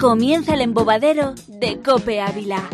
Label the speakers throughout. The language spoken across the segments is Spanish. Speaker 1: Comienza el embobadero de Cope Ávila.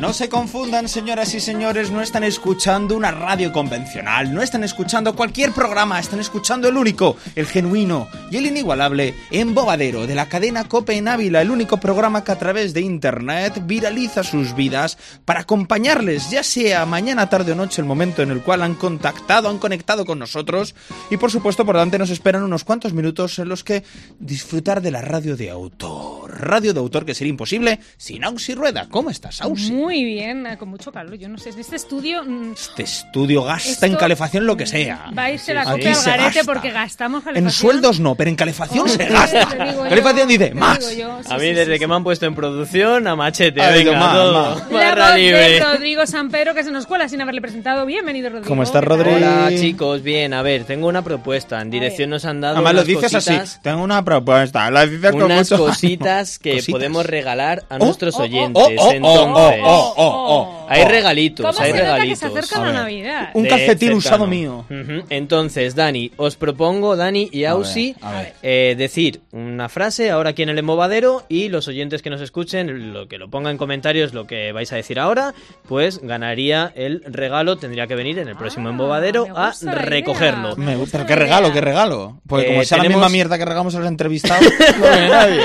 Speaker 2: No se confundan, señoras y señores, no están escuchando una radio convencional, no están escuchando cualquier programa, están escuchando el único, el genuino y el inigualable Embobadero de la cadena Cope en Ávila, el único programa que a través de internet viraliza sus vidas para acompañarles, ya sea mañana, tarde o noche, el momento en el cual han contactado, han conectado con nosotros y por supuesto por delante nos esperan unos cuantos minutos en los que disfrutar de la radio de autor, radio de autor que sería imposible sin Auxi Rueda. ¿Cómo estás, Auxi?
Speaker 3: Muy bien, eh, con mucho calor. Yo no sé, en este estudio mm,
Speaker 2: Este estudio gasta
Speaker 3: Esto-
Speaker 2: en calefacción lo que sea.
Speaker 3: va a irse la
Speaker 2: Aquí
Speaker 3: copa al
Speaker 2: se
Speaker 3: garete
Speaker 2: gasta.
Speaker 3: porque gastamos calefacción.
Speaker 2: En sueldos no, pero en calefacción se
Speaker 3: Te
Speaker 2: gasta.
Speaker 3: digo yo,
Speaker 2: Calefacción dice,
Speaker 3: te
Speaker 2: más.
Speaker 3: digo yo, Oh, sí,
Speaker 4: A mí,
Speaker 3: sí,
Speaker 4: desde
Speaker 3: sí,
Speaker 4: que
Speaker 3: sí.
Speaker 4: me han puesto en producción, a machete.
Speaker 2: Ha ido
Speaker 4: venga,
Speaker 2: mal,
Speaker 4: todo.
Speaker 2: mal.
Speaker 3: La
Speaker 4: Barra
Speaker 3: voz
Speaker 4: libre.
Speaker 3: de Rodrigo Sampero que se nos cuela sin haberle presentado. Bienvenido, Rodrigo.
Speaker 2: ¿Cómo estás,
Speaker 3: ¿Qué tal?
Speaker 2: Rodri?
Speaker 4: Hola, chicos. Bien, a ver, tengo una propuesta. En dirección nos han dado.
Speaker 2: Además lo
Speaker 4: unas
Speaker 2: dices
Speaker 4: cositas,
Speaker 2: así. Tengo una propuesta. Lo dices con
Speaker 4: Unas
Speaker 2: mucho-
Speaker 4: cositas que
Speaker 2: Cositas.
Speaker 4: podemos regalar a
Speaker 2: Oh,
Speaker 4: nuestros
Speaker 2: oh, oh,
Speaker 4: oyentes.
Speaker 2: oh, oh, oh,
Speaker 4: Entonces,
Speaker 2: oh, oh, oh,
Speaker 4: hay
Speaker 2: oh.
Speaker 4: regalitos,
Speaker 3: ¿Cómo
Speaker 4: hay
Speaker 3: se nota que
Speaker 4: regalitos.
Speaker 3: se acerca
Speaker 2: A
Speaker 3: la
Speaker 2: ver.
Speaker 3: Navidad?
Speaker 2: Un
Speaker 4: De
Speaker 2: calcetín
Speaker 4: cercano.
Speaker 2: usado mío.
Speaker 4: Ujú. Entonces, Dani, os propongo, Dani y
Speaker 2: A ver,
Speaker 4: Ausi,
Speaker 2: a ver.
Speaker 4: eh, decir una frase ahora aquí en el embobadero y los oyentes que nos escuchen, lo que lo pongan en comentarios, lo que vais a decir ahora, pues ganaría el regalo, tendría que venir en el próximo
Speaker 3: Ah,
Speaker 4: embobadero
Speaker 3: me
Speaker 4: a
Speaker 3: gusta la idea.
Speaker 4: recogerlo.
Speaker 2: Me gusta,
Speaker 3: la
Speaker 2: pero qué regalo,
Speaker 3: idea.
Speaker 2: qué regalo. Porque
Speaker 4: Eh,
Speaker 2: como sea la
Speaker 4: tenemos-
Speaker 2: misma mierda que regamos a los entrevistados, no viene nadie.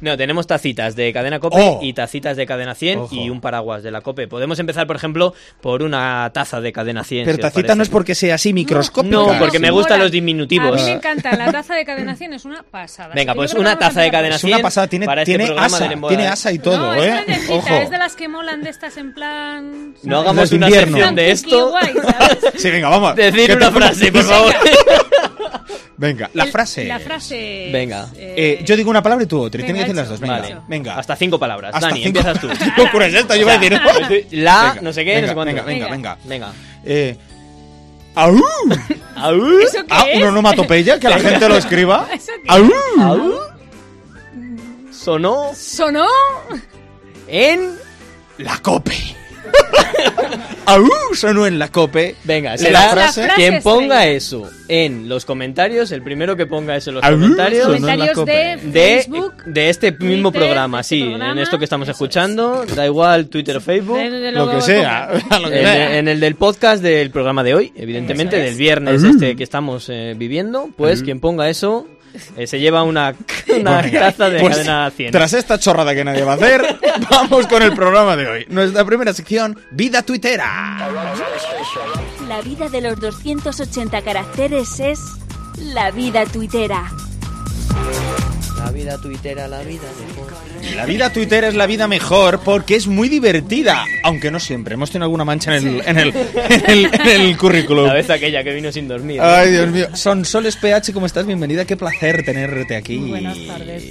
Speaker 4: No, tenemos tacitas de cadena COPE
Speaker 2: Oh.
Speaker 4: y tacitas de cadena 100
Speaker 2: Ojo.
Speaker 4: y un paraguas de la COPE. Podemos empezar, por ejemplo, por una taza de cadena 100.
Speaker 2: Pero
Speaker 4: si os
Speaker 2: tacita no es
Speaker 4: parece.
Speaker 2: porque sea así microscópica.
Speaker 4: No, porque me
Speaker 3: mola.
Speaker 4: gustan los diminutivos.
Speaker 3: A mí me encanta la taza de cadena 100, es una pasada.
Speaker 4: Venga,
Speaker 3: Yo
Speaker 4: pues
Speaker 3: creo que
Speaker 4: una
Speaker 3: vamos a
Speaker 4: taza de
Speaker 3: empezar
Speaker 4: cadena
Speaker 2: Es una
Speaker 4: 100
Speaker 2: pasada, tiene,
Speaker 4: para este
Speaker 2: tiene
Speaker 4: programa
Speaker 2: asa,
Speaker 4: del embobadero.
Speaker 2: tiene asa y
Speaker 3: por ahí.
Speaker 2: todo,
Speaker 3: no,
Speaker 2: ¿eh?
Speaker 3: Es, grandecita,
Speaker 2: Ojo.
Speaker 3: es de las que molan de estas en plan.
Speaker 4: No
Speaker 2: Los
Speaker 4: hagamos
Speaker 2: de
Speaker 4: una
Speaker 2: invierno.
Speaker 4: sección de esto.
Speaker 3: Guay, ¿sabes?
Speaker 2: Sí, venga, vamos. Que
Speaker 4: Decir una
Speaker 2: tengo-
Speaker 4: frase, por favor.
Speaker 2: Venga, la
Speaker 3: El-
Speaker 2: frase.
Speaker 3: La frase. es,
Speaker 4: Venga.
Speaker 2: Eh, yo digo una palabra y tú otra. y Tienes
Speaker 3: venga,
Speaker 2: que decir las
Speaker 3: hecho.
Speaker 2: dos. Venga,
Speaker 4: Vale.
Speaker 2: venga.
Speaker 4: Hasta cinco palabras.
Speaker 2: Hasta
Speaker 4: Dani,
Speaker 2: cinco.
Speaker 4: empiezas tú.
Speaker 2: ¿Qué locura es esta? Yo iba a decir.
Speaker 4: La,
Speaker 2: Venga,
Speaker 4: no sé qué,
Speaker 2: venga,
Speaker 4: no sé cuánto.
Speaker 2: Venga, venga, venga.
Speaker 4: Venga.
Speaker 2: Eh, ¡Aú!
Speaker 4: Au.
Speaker 3: ¿Eso qué
Speaker 2: Ah,
Speaker 3: es?
Speaker 2: una onomatopeya, que la gente lo escriba.
Speaker 3: ¿Eso qué
Speaker 2: ¡Aú!
Speaker 4: Au. Sonó
Speaker 3: ¿Sonó?
Speaker 4: en.
Speaker 2: La cope. ¡Aú! Sonó en la cope.
Speaker 4: Venga,
Speaker 2: la
Speaker 4: será
Speaker 2: frase.
Speaker 3: La frase
Speaker 4: quien ponga
Speaker 3: estrella.
Speaker 4: eso en los comentarios, el primero que ponga eso en los
Speaker 2: Au.
Speaker 4: comentarios.
Speaker 2: Sonó en la
Speaker 3: Comentarios
Speaker 2: cope.
Speaker 3: de
Speaker 4: De,
Speaker 3: Facebook.
Speaker 4: de este mismo
Speaker 3: Twitter, de
Speaker 4: programa,
Speaker 3: este
Speaker 4: sí, en
Speaker 3: programa,
Speaker 4: esto que estamos
Speaker 3: eso es.
Speaker 4: escuchando, da igual Twitter o Facebook,
Speaker 3: de-
Speaker 4: en,
Speaker 3: de
Speaker 2: Lo que
Speaker 3: de-
Speaker 2: sea. lo que sea.
Speaker 4: en- en el del podcast del programa de hoy, evidentemente,
Speaker 3: Eso es.
Speaker 4: del viernes
Speaker 2: Au.
Speaker 4: este que estamos eh, viviendo, pues quien ponga eso eh, se lleva una, una
Speaker 2: Venga,
Speaker 4: taza de
Speaker 2: pues,
Speaker 4: cadena 100.
Speaker 2: Tras esta chorrada que nadie va a hacer, vamos con el programa de hoy. Nuestra primera sección, Vida Tuitera.
Speaker 1: La vida de los 280 caracteres es la vida tuitera.
Speaker 4: La vida tuitera, la vida
Speaker 2: La vida tuitera es la vida mejor porque es muy divertida, aunque no siempre. Hemos tenido alguna mancha en el, en el, en el- en el currículum.
Speaker 4: La vez aquella que vino sin dormir. ¿no?
Speaker 2: Ay, Dios mío. Son Soles PH, ¿cómo estás? Bienvenida, qué placer tenerte aquí.
Speaker 5: Buenas tardes.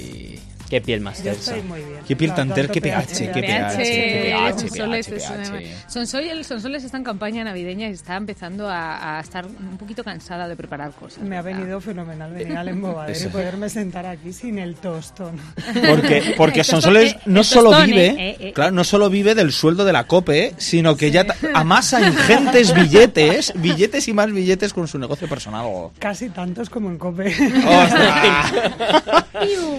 Speaker 4: Qué piel más
Speaker 5: Yo
Speaker 4: tersa.
Speaker 5: estoy muy bien.
Speaker 2: Qué piel
Speaker 5: No,
Speaker 2: tan
Speaker 5: tanto
Speaker 2: terca, qué
Speaker 5: PH,
Speaker 2: qué
Speaker 5: PH.
Speaker 2: PH, qué
Speaker 3: PH,
Speaker 2: PH,
Speaker 3: Sonsoles,
Speaker 2: PH.
Speaker 3: es- Sonsoy- el Sonsoles está en campaña navideña y está empezando a, a estar un poquito cansada de preparar cosas.
Speaker 5: Me ha
Speaker 3: ¿verdad?
Speaker 5: venido fenomenal venir al embobadero y poderme sentar aquí sin el tostón.
Speaker 2: Porque, porque
Speaker 3: El tostón,
Speaker 2: Sonsoles
Speaker 3: eh,
Speaker 2: no
Speaker 3: el
Speaker 2: solo
Speaker 3: tostón,
Speaker 2: vive,
Speaker 3: eh, eh, eh.
Speaker 2: claro, no solo vive del sueldo de la COPE, sino que ya ta- amasa ingentes billetes, billetes y más billetes con su negocio personal.
Speaker 5: Casi tantos como en Cope.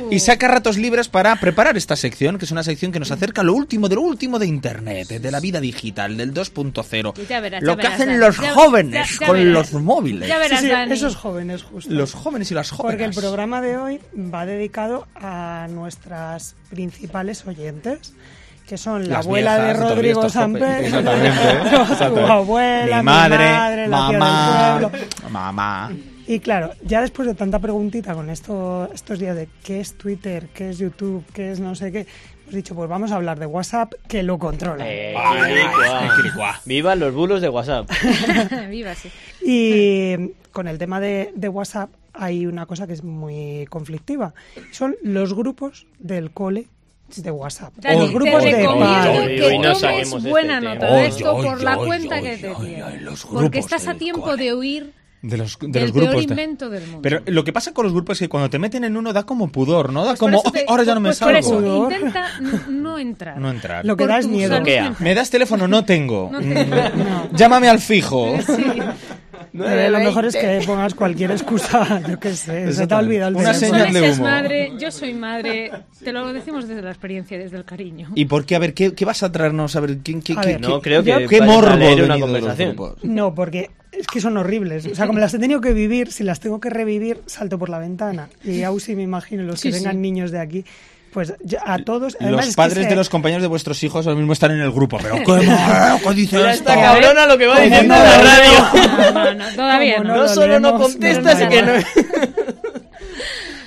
Speaker 2: y saca ratos libres para preparar esta sección, que es una sección que nos acerca a lo último de lo último de Internet, de la vida digital, del 2.0.
Speaker 3: Ya verás,
Speaker 2: lo
Speaker 3: ya
Speaker 2: que
Speaker 3: verás,
Speaker 2: hacen
Speaker 3: Dani.
Speaker 2: los
Speaker 3: Ya- ya-
Speaker 2: jóvenes
Speaker 3: ya
Speaker 2: con
Speaker 3: verás.
Speaker 2: los móviles.
Speaker 3: Ya verás,
Speaker 5: Sí, sí,
Speaker 3: Dani.
Speaker 5: esos jóvenes justo.
Speaker 2: Los jóvenes y las jóvenes.
Speaker 5: Porque el programa de hoy va dedicado a nuestras principales oyentes, que son la
Speaker 2: Las
Speaker 5: abuela
Speaker 2: viejas,
Speaker 5: de
Speaker 2: todavía
Speaker 5: Rodrigo
Speaker 2: estos jóvenes.
Speaker 5: Samper,
Speaker 2: Exactamente.
Speaker 5: su
Speaker 2: Exactamente.
Speaker 5: abuela,
Speaker 2: mi madre,
Speaker 5: la tía del
Speaker 2: mamá,
Speaker 5: pueblo.
Speaker 2: mamá.
Speaker 5: Y claro, ya después de tanta preguntita con esto, estos días de qué es Twitter, qué es YouTube, qué es no sé qué, hemos dicho, pues vamos a hablar de WhatsApp que lo controla.
Speaker 4: Eh,
Speaker 2: Ay,
Speaker 4: quiricuá. Vivan los bulos de WhatsApp.
Speaker 3: Viva, sí.
Speaker 5: Y con el tema de, de WhatsApp hay una cosa que es muy conflictiva. Son los grupos del cole de WhatsApp.
Speaker 3: Dani,
Speaker 2: Oh,
Speaker 5: los
Speaker 3: te
Speaker 5: grupos
Speaker 2: oy,
Speaker 5: de
Speaker 3: recomiendo
Speaker 5: padre.
Speaker 4: oy,
Speaker 3: que
Speaker 4: oy, no
Speaker 3: tomes
Speaker 4: saquemos
Speaker 3: buena
Speaker 4: este
Speaker 3: nota
Speaker 2: tema.
Speaker 3: de esto
Speaker 2: Oy, oy,
Speaker 3: por la
Speaker 2: oy,
Speaker 3: cuenta
Speaker 2: oy,
Speaker 3: que te
Speaker 2: oy,
Speaker 3: tiene.
Speaker 2: oy, los grupos
Speaker 3: porque estás a
Speaker 2: del
Speaker 3: tiempo
Speaker 2: cole.
Speaker 3: de oír
Speaker 2: De los, de
Speaker 3: el
Speaker 2: los grupos.
Speaker 3: peor
Speaker 2: de-
Speaker 3: invento del mundo.
Speaker 2: Pero lo que pasa con los grupos es que cuando te meten en uno da como pudor, ¿no? Da
Speaker 3: Pues por
Speaker 2: como,
Speaker 3: eso te-
Speaker 2: "Ay, ahora ya no me
Speaker 3: pues
Speaker 2: salgo.
Speaker 5: eso.
Speaker 3: Por
Speaker 5: Pudor.
Speaker 3: eso, intenta n- no entrar.
Speaker 2: No entrar.
Speaker 5: Lo que
Speaker 3: Por
Speaker 5: da es
Speaker 3: tu
Speaker 5: miedo.
Speaker 3: salud
Speaker 4: Bloquea.
Speaker 3: mental.
Speaker 2: ¿Me das teléfono? No tengo.
Speaker 3: No
Speaker 2: Mm,
Speaker 3: tengo.
Speaker 2: Llámame al fijo.
Speaker 3: Sí.
Speaker 5: Eh, lo mejor es que pongas cualquier excusa, yo qué sé, se te ha olvidado el
Speaker 2: Una
Speaker 5: teléfono.
Speaker 2: señal
Speaker 3: Tú
Speaker 2: de
Speaker 3: eres
Speaker 2: humo.
Speaker 3: madre, yo soy madre. Te lo decimos desde la experiencia, desde el cariño.
Speaker 2: ¿Y por qué? A ver, ¿qué, qué vas a traernos? A ver, ¿quién, qué,
Speaker 5: A
Speaker 2: qué-
Speaker 5: ver,
Speaker 4: No
Speaker 2: qué-
Speaker 4: creo que
Speaker 2: qué
Speaker 4: vaya a
Speaker 2: morbo
Speaker 4: leer
Speaker 2: ha venido
Speaker 4: una
Speaker 2: de los
Speaker 4: conversación.
Speaker 2: grupos?
Speaker 5: No, porque es que son horribles. O sea, como las he tenido que vivir, si las tengo que revivir, salto por la ventana. Y aún si me imagino los que
Speaker 3: Sí, sí.
Speaker 5: vengan niños de aquí, pues yo- a todos. además es
Speaker 2: Los
Speaker 5: que
Speaker 2: padres
Speaker 5: se-
Speaker 2: de los compañeros de vuestros hijos ahora mismo están en el grupo. Pero qué morbo dice
Speaker 4: Mira
Speaker 2: esto?
Speaker 4: esta cabrona lo que va
Speaker 5: Como
Speaker 4: diciendo
Speaker 5: no
Speaker 4: en la
Speaker 5: lo
Speaker 3: No,
Speaker 4: radio.
Speaker 3: no, no, todavía
Speaker 5: Como
Speaker 3: no.
Speaker 5: no
Speaker 4: No
Speaker 5: lo
Speaker 4: solo no
Speaker 5: leemos,
Speaker 4: contesta,
Speaker 5: no lo
Speaker 4: es que no.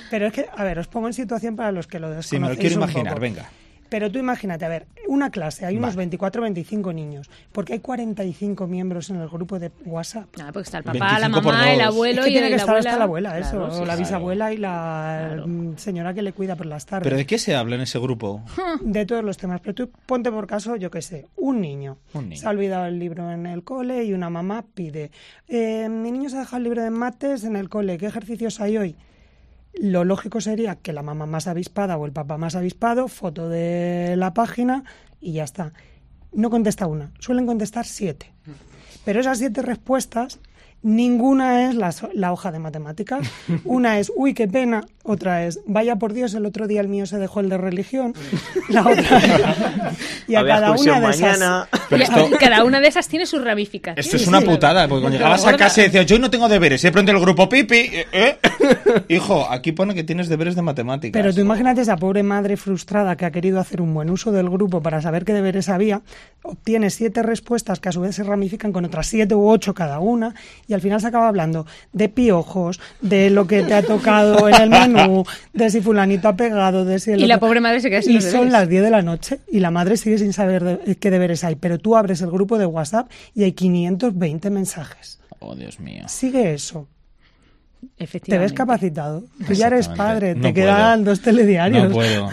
Speaker 5: Pero es que, a ver, os pongo en situación para los que lo desconocéis
Speaker 2: Sí, me lo quiero
Speaker 5: un
Speaker 2: imaginar,
Speaker 5: poco.
Speaker 2: venga.
Speaker 5: Pero tú imagínate, a ver, una clase, hay unos
Speaker 2: Vale.
Speaker 5: 24 o 25 niños, porque hay 45 miembros en el grupo de WhatsApp.
Speaker 3: Nada, porque está el papá, la
Speaker 2: 25 por
Speaker 3: mamá, el
Speaker 2: dos.
Speaker 5: Es
Speaker 3: abuelo
Speaker 5: que
Speaker 3: y
Speaker 5: tiene
Speaker 3: el- la
Speaker 5: que estar
Speaker 3: abuela.
Speaker 5: hasta la abuela, eso,
Speaker 3: Claro, sí,
Speaker 5: o la
Speaker 3: sí.
Speaker 5: bisabuela y la mm, señora que le cuida por las tardes.
Speaker 2: ¿Pero de qué se habla en ese grupo?
Speaker 5: de todos los temas. Pero tú ponte por caso, yo qué sé, un niño.
Speaker 2: Un niño.
Speaker 5: Se ha olvidado el libro en el cole y una mamá pide, eh, mi niño se ha dejado el libro de mates en el cole, ¿qué ejercicios hay hoy? Lo lógico sería que la mamá más avispada o el papá más avispado, foto de la página y ya está. No contesta una, suelen contestar siete. Pero esas siete respuestas, ninguna es la, so- la hoja de matemáticas. Una es, uy, qué pena. Otra es, vaya por Dios, el otro día el mío se dejó el de religión. La otra. y a
Speaker 4: Había
Speaker 5: cada una
Speaker 4: excursión
Speaker 5: de esas.
Speaker 4: mañana.
Speaker 2: Pero
Speaker 3: Y
Speaker 2: esto,
Speaker 3: Cada una de esas tiene sus ramificaciones.
Speaker 2: esto es una putada, porque cuando llegabas a casa y decías, yo hoy no tengo deberes, y de pronto el grupo pipi, eh, eh. hijo, aquí pone que tienes deberes de matemáticas.
Speaker 5: Pero tú imagínate esa pobre madre frustrada que ha querido hacer un buen uso del grupo para saber qué deberes había, obtiene siete respuestas que a su vez se ramifican con otras siete u ocho cada una y al final se acaba hablando de piojos, de lo que te ha tocado en el menú, de si fulanito ha pegado, de si... el
Speaker 3: Y la
Speaker 5: otro-
Speaker 3: pobre madre se queda sin
Speaker 5: Y
Speaker 3: los
Speaker 5: son
Speaker 3: deberes.
Speaker 5: las 10 de la noche y la madre sigue sin saber de- eh, qué deberes hay, pero tú abres el grupo de WhatsApp y hay 520 mensajes.
Speaker 2: Oh, Dios mío.
Speaker 5: Sigue eso. Te ves
Speaker 3: Efectivamente.
Speaker 5: capacitado. Tú ya eres
Speaker 2: Exactamente.
Speaker 5: padre, te
Speaker 2: No
Speaker 5: quedan
Speaker 2: puedo.
Speaker 5: dos telediarios.
Speaker 2: No puedo,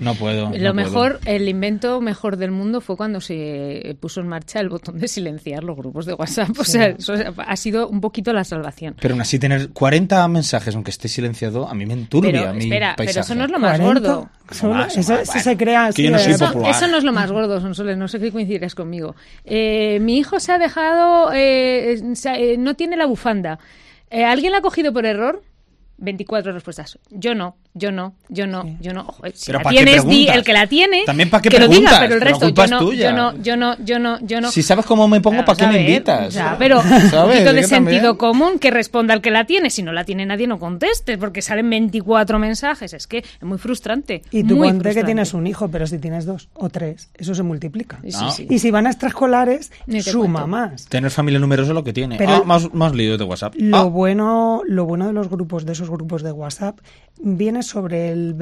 Speaker 2: no puedo. no
Speaker 3: Lo
Speaker 2: puedo.
Speaker 3: mejor, el invento mejor del mundo fue cuando se puso en marcha el botón de silenciar los grupos de WhatsApp. O sea, eso ha sido un poquito la salvación.
Speaker 2: Pero aún así tener 40 mensajes, aunque esté silenciado, a mí me enturbia
Speaker 3: Pero,
Speaker 2: mi
Speaker 3: espera, pero
Speaker 2: paisaje.
Speaker 3: eso no es lo más
Speaker 5: 40.
Speaker 3: gordo.
Speaker 5: Solo-
Speaker 2: Más,
Speaker 5: eso
Speaker 2: más,
Speaker 5: eso
Speaker 2: bueno.
Speaker 5: se crea así.
Speaker 2: Que yo no
Speaker 5: de-
Speaker 2: soy
Speaker 3: Eso,
Speaker 2: popular.
Speaker 3: eso no es lo más gordo, Sonsoles. No sé qué coincidirás conmigo. Eh, mi hijo se ha dejado. eh, se- eh, no tiene la bufanda. Eh, ¿Alguien la ha cogido por error? 24 respuestas. Yo no, yo no, yo no, yo no. Ojo, eh, si
Speaker 2: Pero
Speaker 3: la
Speaker 2: ¿para qué
Speaker 3: tienes, di
Speaker 2: preguntas?
Speaker 3: el que la tiene.
Speaker 2: También ¿para qué
Speaker 3: que lo diga,
Speaker 2: preguntas?
Speaker 3: pero
Speaker 2: Pero
Speaker 3: el
Speaker 2: la
Speaker 3: resto.
Speaker 2: culpa
Speaker 3: Yo
Speaker 2: es
Speaker 3: no,
Speaker 2: tuya.
Speaker 3: yo no, yo no, yo no, yo no.
Speaker 2: Si sabes cómo me pongo,
Speaker 3: Claro,
Speaker 2: ¿para qué me
Speaker 3: saber,
Speaker 2: invitas?
Speaker 3: ya, pero un
Speaker 2: ¿Sabes?
Speaker 3: poquito
Speaker 2: Es
Speaker 3: de
Speaker 2: que también-
Speaker 3: sentido común que responda al que la tiene. Si no la tiene nadie, no contestes, porque salen 24 mensajes. Es que es muy frustrante.
Speaker 5: Y tú
Speaker 3: muy
Speaker 5: ponte que
Speaker 3: frustrante.
Speaker 5: tienes un hijo, pero si tienes dos o tres, eso se multiplica.
Speaker 3: Sí,
Speaker 2: Ah.
Speaker 3: sí, sí.
Speaker 5: Y si van a extraescolares,
Speaker 3: Ni te
Speaker 5: suma
Speaker 3: cuento.
Speaker 5: más.
Speaker 2: Tener familia numerosa es lo que tiene.
Speaker 5: Pero-
Speaker 2: ah, más, más lío de WhatsApp.
Speaker 5: Lo
Speaker 2: Ah,
Speaker 5: bueno, lo bueno de los grupos, de esos grupos de WhatsApp, viene sobre el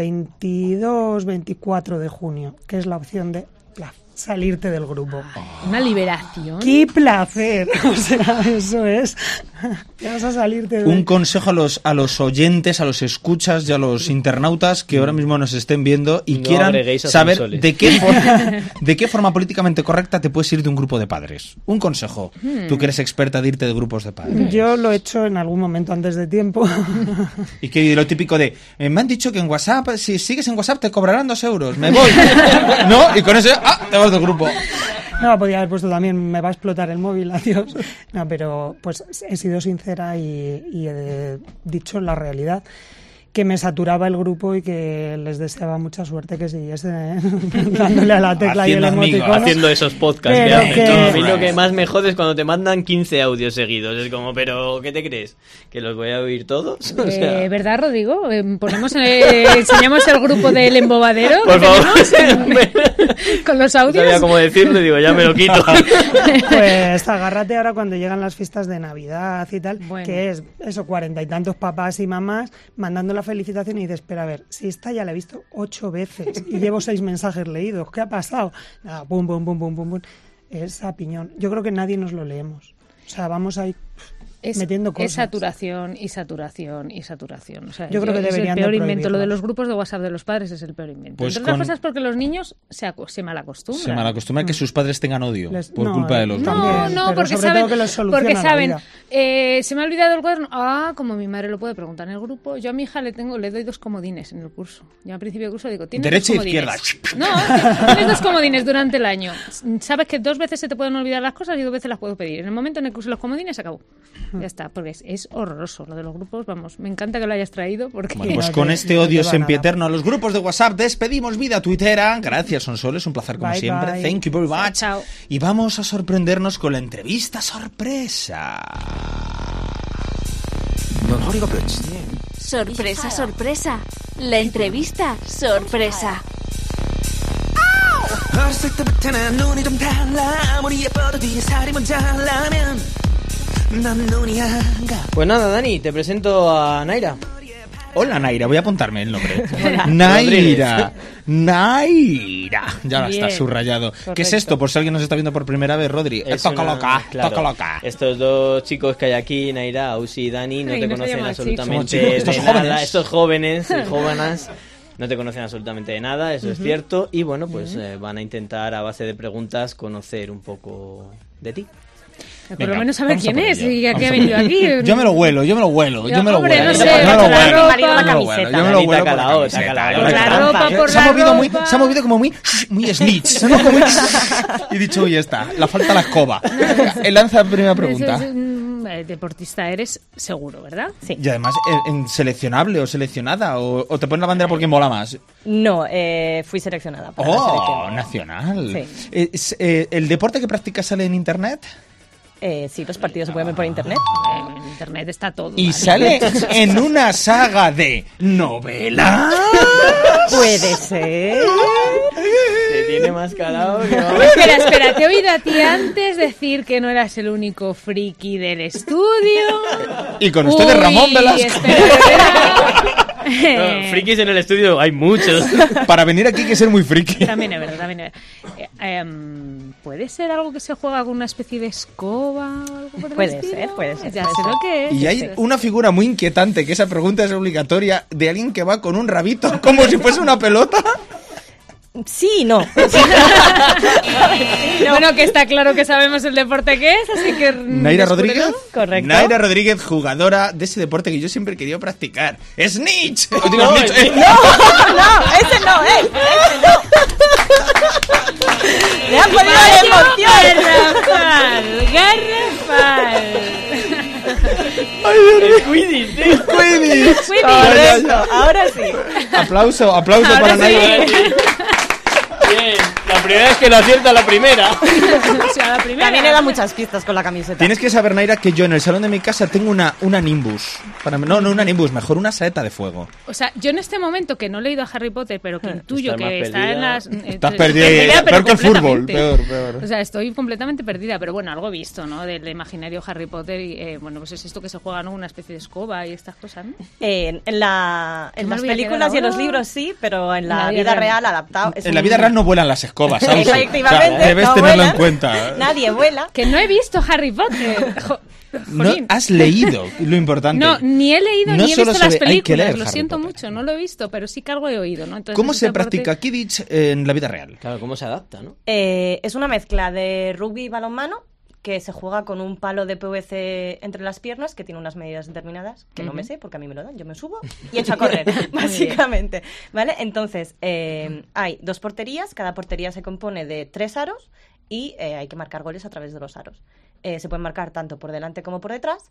Speaker 5: 22-24 de junio, que es la opción de pla- salirte del grupo.
Speaker 2: Ah.
Speaker 3: Una liberación.
Speaker 5: ¡Qué placer! O sea, eso es. Te vas a salirte de...
Speaker 2: un consejo a los, a los oyentes, a los escuchas y a los internautas que ahora mismo nos estén viendo y
Speaker 4: No
Speaker 2: quieran
Speaker 4: agreguéis a
Speaker 2: saber
Speaker 4: Sonsoles.
Speaker 2: de qué, forma, de qué forma políticamente correcta te puedes ir de un grupo de padres. Un consejo.
Speaker 3: Hmm.
Speaker 2: Tú que eres experta de irte de grupos de padres.
Speaker 5: Yo lo he hecho en algún momento antes de tiempo.
Speaker 2: Y que lo típico de, eh, me han dicho que en WhatsApp, si sigues en WhatsApp te cobrarán dos euros, me voy. ¿No? Y con eso, ah, te vas del grupo.
Speaker 5: No, podía haber puesto también, me va a explotar el móvil, adiós. No, pero pues he sido sincera y, y he dicho la realidad, que me saturaba el grupo y que les deseaba mucha suerte que siguiesen dándole a la tecla
Speaker 2: Haciendo
Speaker 5: y el
Speaker 2: amigos,
Speaker 5: emoticono.
Speaker 4: Haciendo esos podcasts que
Speaker 5: Pero
Speaker 4: hacen.
Speaker 5: que-
Speaker 4: ¿no? A mí lo que más me jode es cuando te mandan 15 audios seguidos. Es como, pero ¿qué te crees? ¿Que los voy a oír todos? O sea,
Speaker 3: Eh, ¿Verdad, Rodrigo? Eh, ponemos, eh, enseñamos el grupo del embobadero que
Speaker 4: Por favor.
Speaker 3: tenemos con los
Speaker 4: no sabía
Speaker 3: audios.
Speaker 4: cómo decirlo y digo, ya me lo quito.
Speaker 5: Pues agárrate ahora cuando llegan las fiestas de Navidad y tal,
Speaker 3: Bueno.
Speaker 5: que es eso, cuarenta y tantos papás y mamás mandando la felicitación y dices, espera, a ver, si esta ya la he visto ocho veces y llevo seis mensajes leídos, ¿qué ha pasado? Ah, Nada, pum, pum, pum, pum, pum, pum. Es a piñón. Yo creo que nadie nos lo leemos. O sea, vamos ahí
Speaker 3: Es,
Speaker 5: metiendo cosas.
Speaker 3: es saturación y saturación y saturación. O sea,
Speaker 5: Yo creo que
Speaker 3: es el
Speaker 5: deberían de
Speaker 3: peor invento. Lo de
Speaker 5: prohibirlas.
Speaker 3: los grupos de WhatsApp de los padres es el peor invento.
Speaker 2: Pues
Speaker 3: Entre otras
Speaker 2: con-
Speaker 3: cosas porque los niños se, aco- se malacostumbran.
Speaker 2: Se malacostumbra que sus padres tengan odio
Speaker 5: Les-
Speaker 2: por
Speaker 5: no,
Speaker 2: culpa de los
Speaker 5: no,
Speaker 2: grupos.
Speaker 3: No,
Speaker 5: pues También,
Speaker 3: no,
Speaker 5: pero
Speaker 3: porque
Speaker 5: sobre
Speaker 3: saben,
Speaker 5: todo que los soluciona
Speaker 3: porque
Speaker 5: la
Speaker 3: saben,
Speaker 5: vida.
Speaker 3: eh, se me ha olvidado el cuaderno. Ah, como mi madre lo puede preguntar en el grupo, yo a mi hija le tengo, le doy dos comodines en el curso. Yo al principio del curso digo, tienes
Speaker 2: Derecha e
Speaker 3: dos comodines.
Speaker 2: izquierda.
Speaker 3: No, tienes dos comodines durante el año. Sabes que dos veces se te pueden olvidar las cosas y dos veces las puedo pedir. En el momento en el que uso los comodines, se acabó. Ya está, porque es, es horroroso lo de los grupos. Vamos, me encanta que lo hayas traído porque
Speaker 2: Bueno, pues
Speaker 5: No
Speaker 2: con
Speaker 5: te-
Speaker 2: este
Speaker 5: no te
Speaker 2: odio
Speaker 5: va
Speaker 2: siempre
Speaker 5: nada.
Speaker 2: eterno a los grupos de WhatsApp despedimos vida tuitera. Gracias, Sonsoles, un placer como
Speaker 5: Bye,
Speaker 2: siempre.
Speaker 5: bye.
Speaker 2: Thank you very much.
Speaker 3: Chao.
Speaker 2: Y vamos a sorprendernos con la entrevista sorpresa.
Speaker 1: Sorpresa, sorpresa. La entrevista, sorpresa.
Speaker 6: 어렸을 때부터는 눈이 좀 달라 아무리 예뻐도 뒤에 살이 모자라면 난 눈이 안가
Speaker 4: Pues nada, Dani, te presento a Naira.
Speaker 2: Hola Naira, voy a apuntarme el nombre. Naira. Naira. Ya
Speaker 3: Bien.
Speaker 2: está subrayado. ¿Qué es
Speaker 3: Correcto.
Speaker 2: esto? Por si alguien nos está viendo por primera vez, Rodri.
Speaker 4: Es
Speaker 2: toca
Speaker 4: una-
Speaker 2: loca,
Speaker 4: claro,
Speaker 2: toca loca.
Speaker 4: Estos dos chicos que hay aquí, Naira, Ausi y Dani, no
Speaker 3: Ay,
Speaker 4: te
Speaker 3: no se
Speaker 4: conocen
Speaker 3: llaman chicos.
Speaker 4: absolutamente
Speaker 2: Somos chicos, estos
Speaker 4: de nada.
Speaker 2: jóvenes.
Speaker 4: Estos jóvenes y jóvenes no te conocen absolutamente de nada, eso es cierto. Y bueno, pues eh, van a intentar a base de preguntas conocer un poco de ti.
Speaker 3: por
Speaker 2: Venga,
Speaker 3: lo menos saber
Speaker 2: vamos a
Speaker 3: quién
Speaker 2: por
Speaker 3: es
Speaker 2: ello.
Speaker 3: y a
Speaker 2: Vamos
Speaker 3: qué ha
Speaker 2: a
Speaker 3: venido
Speaker 2: por
Speaker 3: aquí.
Speaker 2: ello. Yo me lo huelo, yo me lo huelo, yo me lo
Speaker 3: Hombre,
Speaker 2: huelo.
Speaker 3: no
Speaker 2: yo
Speaker 3: sé,
Speaker 2: me lo
Speaker 3: por la
Speaker 2: huelo,
Speaker 3: ropa,
Speaker 2: yo me lo huelo, yo me lo
Speaker 4: Dani,
Speaker 2: huelo
Speaker 4: taca
Speaker 2: con
Speaker 4: la
Speaker 2: la
Speaker 4: O, taca la O,
Speaker 2: camiseta,
Speaker 3: taca la
Speaker 2: yo me lo
Speaker 3: ropa,
Speaker 2: huelo.
Speaker 3: por
Speaker 2: se ha
Speaker 3: la
Speaker 2: movido muy,
Speaker 3: ropa.
Speaker 2: se ha movido como muy, muy snitch, se ha movido como muy- y he dicho, uy, ya está, la falta la escoba. Él lanza la primera
Speaker 3: Es-
Speaker 2: pregunta.
Speaker 3: es- mm, eh, deportista eres seguro, ¿verdad?
Speaker 7: Sí.
Speaker 2: Y además, eh, en, en seleccionable o seleccionada, o, o te ponen la bandera porque mola más.
Speaker 7: No, eh, fui seleccionada para la
Speaker 2: Oh,
Speaker 7: selección.
Speaker 2: nacional.
Speaker 7: Sí.
Speaker 2: Es, eh, ¿El deporte que practicas sale en internet?
Speaker 7: Eh, sí, los partidos se pueden ver por internet.
Speaker 2: Ah.
Speaker 3: Eh, En internet está todo.
Speaker 2: Y
Speaker 3: ¿vale?
Speaker 2: sale en una saga de novela.
Speaker 7: Puede ser.
Speaker 4: Te tiene más calado que vamos.
Speaker 3: Espera, espera, te he oído a ti antes decir que no eras el único friki del estudio.
Speaker 2: Y con ustedes,
Speaker 3: Uy, este.
Speaker 2: Ramón Velasco.
Speaker 3: espera, espera. Eh,
Speaker 4: No, frikis en el estudio hay muchos.
Speaker 2: Para venir aquí hay que ser muy friki.
Speaker 3: También es verdad, también es verdad. Eh, em, ¿Puede ser algo que se juega con una especie de escoba o algo por el
Speaker 7: Puede
Speaker 3: estilo?
Speaker 7: ser, puede ser,
Speaker 3: Ya
Speaker 7: puede
Speaker 3: sé
Speaker 7: ser.
Speaker 3: lo que es.
Speaker 2: Y hay una figura muy inquietante, que esa pregunta es obligatoria, de alguien que va con un rabito como si fuese una pelota.
Speaker 7: Sí, no.
Speaker 3: Bueno, que está claro que sabemos el deporte que es, así que... mm,
Speaker 2: Naira
Speaker 3: descúbrelo.
Speaker 2: Rodríguez.
Speaker 7: Correcto.
Speaker 2: Naira Rodríguez, jugadora de ese deporte que yo siempre he querido practicar. ¡Snitch! Digo,
Speaker 4: No,
Speaker 2: snitch,
Speaker 4: el-
Speaker 2: eh,
Speaker 7: No, ese no, eh. Ese no. Me ha podido la emoción.
Speaker 3: Garrafal, garrafal.
Speaker 2: Quidditch.
Speaker 7: Correcto, ahora sí.
Speaker 2: Aplauso, aplauso
Speaker 3: Ahora
Speaker 2: para
Speaker 3: sí.
Speaker 2: Naira.
Speaker 4: Bien, la primera es que lo acierta la primera.
Speaker 3: Pues, O sea, la primera.
Speaker 7: También he dado muchas pistas con la camiseta.
Speaker 2: Tienes que saber, Naira, que yo en el salón de mi casa tengo una, una Nimbus. Para, no, no una Nimbus, mejor una saeta de fuego.
Speaker 3: O sea, yo en este momento que no he leído a Harry Potter, pero que intuyo
Speaker 4: Estás más
Speaker 3: que está
Speaker 4: perdida.
Speaker 3: en las. eh,
Speaker 2: Estás
Speaker 3: eh,
Speaker 2: perdida, peor
Speaker 3: pero
Speaker 2: que el fútbol,
Speaker 3: completamente.
Speaker 2: peor, peor.
Speaker 3: O sea, estoy completamente perdida, pero bueno, algo he visto, ¿no? Del imaginario Harry Potter y, eh, bueno, pues es esto que se juega, ¿no? Una especie de escoba y estas cosas, ¿no?
Speaker 7: En, en la, en
Speaker 3: Me
Speaker 7: las
Speaker 3: olvidé
Speaker 7: películas
Speaker 3: de
Speaker 7: y en los
Speaker 3: ahora.
Speaker 7: libros sí, pero en
Speaker 3: En
Speaker 7: la,
Speaker 3: la vida
Speaker 7: vida
Speaker 3: real.
Speaker 7: real, adaptado. es
Speaker 2: en la
Speaker 7: un-
Speaker 2: vida real no vuelan las escobas, Ausi.
Speaker 7: Efectivamente.
Speaker 2: O sea, debes
Speaker 7: no
Speaker 2: tenerlo
Speaker 7: vuelan.
Speaker 2: en cuenta.
Speaker 7: Nadie vuela.
Speaker 3: Que no he visto Harry Potter. Jo-
Speaker 2: No
Speaker 3: jolín.
Speaker 2: has leído lo importante.
Speaker 3: No, ni he leído
Speaker 2: No
Speaker 3: ni he
Speaker 2: solo
Speaker 3: visto
Speaker 2: se
Speaker 3: las
Speaker 2: ve, hay que
Speaker 3: películas,
Speaker 2: leer
Speaker 3: lo
Speaker 2: Harry
Speaker 3: siento
Speaker 2: Potter.
Speaker 3: mucho, no lo he visto, pero sí que algo he oído, ¿no? Entonces,
Speaker 2: ¿Cómo se
Speaker 3: este deporte-
Speaker 2: practica Kidditch en la vida real?
Speaker 4: Claro, ¿cómo se adapta, no?
Speaker 7: Eh, es una mezcla de rugby y balonmano que se juega con un palo de PVC entre las piernas que tiene unas medidas determinadas que no me sé porque a mí me lo dan, yo me subo y echo a correr, básicamente. ¿Vale? Entonces, eh, hay dos porterías, cada portería se compone de tres aros y eh, hay que marcar goles a través de los aros. Eh, se pueden marcar tanto por delante como por detrás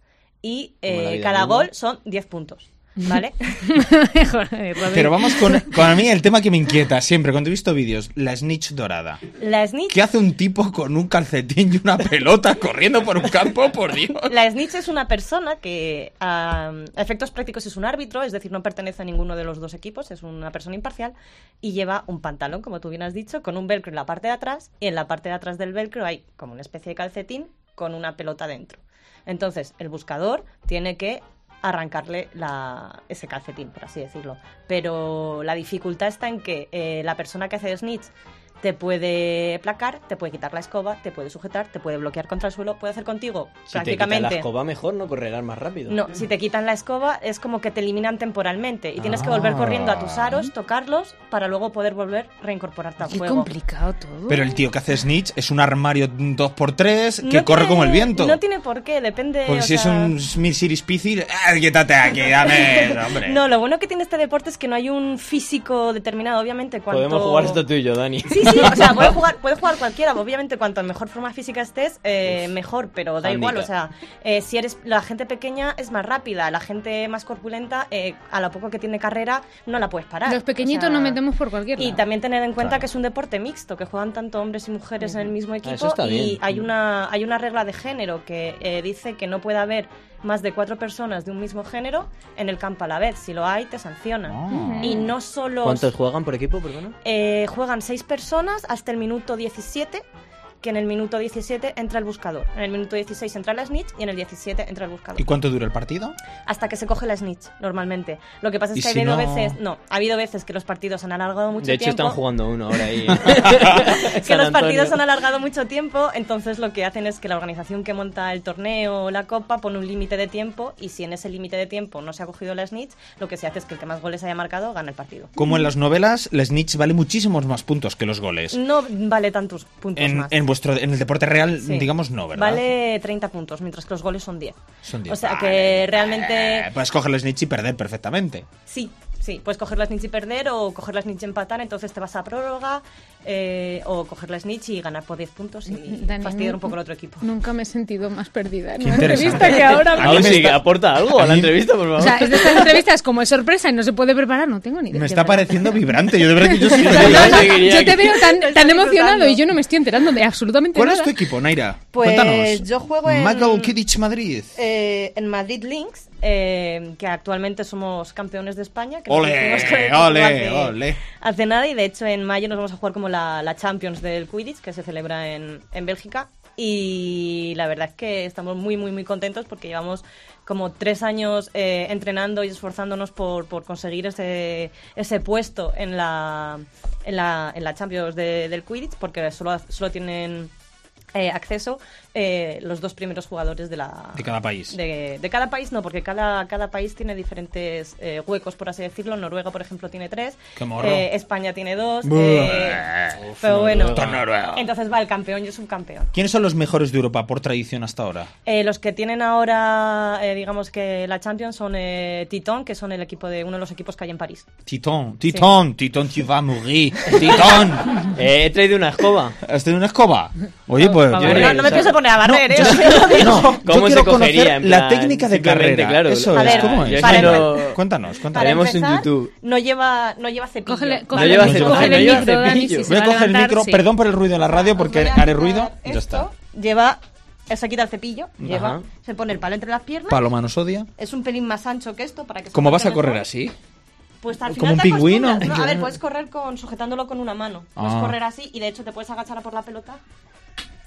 Speaker 7: y
Speaker 4: Como la
Speaker 7: eh,
Speaker 4: vida
Speaker 7: cada
Speaker 4: misma.
Speaker 7: gol son 10 puntos. ¿Vale?
Speaker 3: Joder, Rodri.
Speaker 2: Pero vamos con, con a mí el tema que me inquieta siempre cuando he visto vídeos, la snitch dorada.
Speaker 7: La snitch
Speaker 2: ¿Qué hace un tipo con un calcetín y una pelota corriendo por un campo, por Dios?
Speaker 7: La snitch es una persona que a a efectos prácticos es un árbitro, es decir, no pertenece a ninguno de los dos equipos, es una persona imparcial y lleva un pantalón, como tú bien has dicho, con un velcro en la parte de atrás y en la parte de atrás del velcro hay como una especie de calcetín con una pelota dentro. Entonces, el buscador tiene que arrancarle la- ese calcetín, por así decirlo. Pero la dificultad está en que eh, la persona que hace snitch te puede placar, te puede quitar la escoba, te puede sujetar, te puede bloquear contra el suelo, puede hacer contigo
Speaker 4: Si te quitan la
Speaker 7: prácticamente.
Speaker 4: escoba, mejor no correrás más rápido.
Speaker 7: no, si te quitan la escoba es como que te eliminan temporalmente y tienes que volver
Speaker 2: Ah.
Speaker 7: corriendo a tus aros, tocarlos para luego poder volver reincorporarte al
Speaker 3: Qué
Speaker 7: juego.
Speaker 3: complicado todo.
Speaker 2: Pero el tío que hace Snitch es un armario 2x3 que
Speaker 7: No
Speaker 2: corre
Speaker 7: tiene-
Speaker 2: como el viento.
Speaker 7: No tiene por qué, depende.
Speaker 2: Porque
Speaker 7: o
Speaker 2: si
Speaker 7: sea-
Speaker 2: es un mid series PC, ¡ah, quítate aquí, dame, eso, hombre.
Speaker 7: No, lo bueno que tiene este deporte es que no hay un físico determinado, obviamente. Cuanto...
Speaker 4: Podemos jugar esto tú y yo, Dani.
Speaker 7: Sí, sí, o sea, puede jugar, puede jugar cualquiera. Obviamente, cuanto en mejor forma física estés, eh, mejor, pero da igual. O sea, eh, si eres la gente pequeña es más rápida, la gente más corpulenta, eh, a lo poco que tiene carrera, no la puedes parar.
Speaker 3: Los pequeñitos
Speaker 7: O sea,
Speaker 3: nos metemos por cualquier
Speaker 7: Y
Speaker 3: lado.
Speaker 7: también tener en cuenta que es un deporte mixto, que juegan tanto hombres y mujeres en el mismo equipo.
Speaker 4: Ah, eso está
Speaker 7: y
Speaker 4: bien.
Speaker 7: hay una hay una regla de género que eh, dice que no puede haber más de cuatro personas de un mismo género en el campo a la vez. Si lo hay, te sancionan.
Speaker 2: Ah.
Speaker 7: Y no solo
Speaker 4: ¿Cuántos juegan por equipo, perdona?
Speaker 7: eh, juegan seis personas hasta el minuto 17, que en el minuto 17 entra el buscador. En el minuto 16 entra la snitch y en el 17 entra el buscador.
Speaker 2: ¿Y cuánto dura el partido?
Speaker 7: Hasta que se coge la snitch, normalmente. Lo que pasa
Speaker 2: ¿Y
Speaker 7: es que
Speaker 2: si
Speaker 7: ha habido
Speaker 2: no?
Speaker 7: veces... No, ha habido veces que los partidos han alargado mucho
Speaker 4: De hecho,
Speaker 7: tiempo.
Speaker 4: están jugando uno ahora ahí.
Speaker 7: que los partidos han alargado mucho tiempo, entonces lo que hacen es que la organización que monta el torneo o la copa pone un límite de tiempo y si en ese límite de tiempo no se ha cogido la snitch, lo que se hace es que el que más goles haya marcado gana el partido.
Speaker 2: Como en las novelas, la Snitch vale muchísimos más puntos que los goles.
Speaker 7: No vale tantos puntos
Speaker 2: En,
Speaker 7: más.
Speaker 2: en vuestro, en el deporte real,
Speaker 7: Sí.
Speaker 2: digamos, no, ¿verdad?
Speaker 7: Vale 30 puntos, mientras que los goles son 10.
Speaker 2: Son
Speaker 7: O
Speaker 2: diez.
Speaker 7: sea
Speaker 2: Vale,
Speaker 7: que realmente
Speaker 2: vale. Puedes coger la Snitch y perder perfectamente.
Speaker 7: sí, sí, puedes coger la snitch y perder o coger la snitch y empatar, entonces te vas a prórroga eh, o coger la snitch y ganar por 10 puntos y
Speaker 3: Dani,
Speaker 7: fastidiar un
Speaker 3: nunca-
Speaker 7: poco al otro equipo.
Speaker 3: Nunca me he sentido más perdida en
Speaker 2: Qué
Speaker 3: una
Speaker 2: interesante.
Speaker 3: entrevista que ahora.
Speaker 2: A mí
Speaker 4: Ahora
Speaker 2: me
Speaker 4: sí,
Speaker 2: está-
Speaker 4: aporta algo a
Speaker 2: a
Speaker 4: la
Speaker 2: mí-
Speaker 4: entrevista, por favor.
Speaker 3: O sea, es de estas entrevistas como es sorpresa y no se puede preparar, no tengo ni
Speaker 2: Me
Speaker 3: idea. de
Speaker 2: está
Speaker 3: verdad.
Speaker 2: pareciendo vibrante. Yo de verdad que yo sí.
Speaker 4: Yo seguiría
Speaker 3: Yo
Speaker 4: aquí.
Speaker 3: te veo tan, tan
Speaker 7: disfrutando.
Speaker 3: emocionado y yo no me estoy enterando de absolutamente
Speaker 2: ¿Cuál
Speaker 3: nada.
Speaker 2: es tu equipo, Naira?
Speaker 7: Pues,
Speaker 2: Cuéntanos.
Speaker 7: yo juego en-
Speaker 2: Michael Kiddich Madrid.
Speaker 7: Eh, en Madrid Links, eh, que actualmente somos campeones de España. Que nos
Speaker 2: Ole,
Speaker 7: hicimos con el título
Speaker 2: ole,
Speaker 7: hace-
Speaker 2: ole.
Speaker 7: Hace nada y de hecho en mayo nos vamos a jugar como la, la Champions del Quidditch que se celebra en, en Bélgica. Y la verdad es que estamos muy, muy, muy contentos porque llevamos como tres años eh, entrenando y esforzándonos por, por conseguir ese, ese puesto en la, en la, en la Champions de- del Quidditch porque solo, solo tienen eh, acceso eh, los dos primeros jugadores de la
Speaker 2: De cada país.
Speaker 7: de, de cada país no porque cada cada país tiene diferentes eh, huecos por así decirlo Noruega por ejemplo tiene tres
Speaker 2: Qué morro.
Speaker 7: eh, España tiene dos
Speaker 2: Buah.
Speaker 7: eh, pero bueno
Speaker 2: Puto noruego.
Speaker 7: entonces va el campeón y el subcampeón
Speaker 2: ¿Quiénes son los mejores de Europa por tradición hasta ahora?
Speaker 7: Eh, los que tienen ahora eh, digamos que la Champions son eh, Titon que son el equipo de uno de los equipos que hay en París
Speaker 2: Titón, Titón, Titón, tu vas a morir. Titón.
Speaker 4: Eh, he traído una escoba.
Speaker 2: ¿Has tenido una escoba? Oye, pues.
Speaker 4: pa'
Speaker 2: yo-
Speaker 4: barrer.
Speaker 7: no, no me
Speaker 4: ¿sabes?
Speaker 7: pienso poner a barrer eh,
Speaker 2: yo
Speaker 7: o sea,
Speaker 2: sé- no, yo
Speaker 4: ¿Cómo se
Speaker 2: quiero
Speaker 4: cogería,
Speaker 2: conocer
Speaker 4: en
Speaker 2: la
Speaker 4: plan,
Speaker 2: técnica de
Speaker 4: simplemente,
Speaker 2: carrera.
Speaker 4: claro,
Speaker 2: Eso
Speaker 7: A
Speaker 2: es,
Speaker 7: ver,
Speaker 2: ¿cómo
Speaker 7: yo
Speaker 2: es?
Speaker 7: es que
Speaker 2: Cuéntanos,
Speaker 4: no-
Speaker 2: cuéntanos.
Speaker 7: para
Speaker 2: cuéntanos.
Speaker 4: Haremos un
Speaker 7: empezar,
Speaker 4: YouTube.
Speaker 7: no lleva no lleva cepillo
Speaker 3: Cógele,
Speaker 7: ¿vale?
Speaker 3: cógele,
Speaker 4: lleva
Speaker 3: el, mic-
Speaker 4: cepillo,
Speaker 3: cógele el
Speaker 4: no lleva
Speaker 3: micro, Dani,
Speaker 4: cepillo.
Speaker 3: si se
Speaker 2: Voy a
Speaker 3: va
Speaker 2: coger el
Speaker 3: levantar,
Speaker 2: micro,
Speaker 3: sí.
Speaker 2: perdón por el ruido de la radio, porque
Speaker 7: Os voy a
Speaker 2: haré
Speaker 7: quitar
Speaker 2: ruido. Ya
Speaker 7: pues esto,
Speaker 2: está.
Speaker 7: Lleva, eso quita el cepillo, lleva,
Speaker 4: Ajá.
Speaker 7: se pone el palo entre las piernas.
Speaker 2: Paloma nos odia.
Speaker 7: Es un pelín más ancho que esto para que. se
Speaker 2: ¿Cómo vas
Speaker 7: corte
Speaker 2: a correr
Speaker 7: mejor.
Speaker 2: así?
Speaker 7: Pues al final
Speaker 2: ¿Como un
Speaker 7: te acostumbras,
Speaker 2: pingüino?
Speaker 7: ¿no? A ver, puedes correr con sujetándolo con una mano. Puedes
Speaker 2: Ah.
Speaker 7: correr así y de hecho te puedes agachar a por la pelota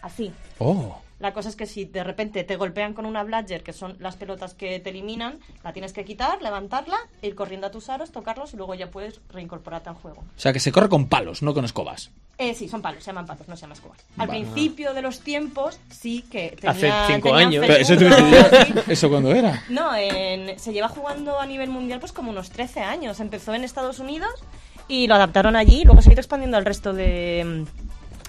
Speaker 7: así.
Speaker 2: Oh.
Speaker 7: La cosa es que si de repente te golpean con una bladger, que son las pelotas que te eliminan, la tienes que quitar, levantarla, ir corriendo a tus aros, tocarlos y luego ya puedes reincorporarte al juego.
Speaker 2: O sea, que se corre con palos, no con escobas.
Speaker 7: Eh, sí, son palos, se llaman patos, no se llaman escobas. Al
Speaker 2: Vale.
Speaker 7: principio de los tiempos, sí que tenía,
Speaker 4: Hace cinco
Speaker 7: tenían
Speaker 4: años.
Speaker 7: felpudo,
Speaker 2: Eso,
Speaker 7: así.
Speaker 2: ¿Eso cuándo era?
Speaker 7: No, en- se lleva jugando a nivel mundial pues como unos 13 años. Empezó en Estados Unidos y lo adaptaron allí, luego se ha ido expandiendo al resto de mm,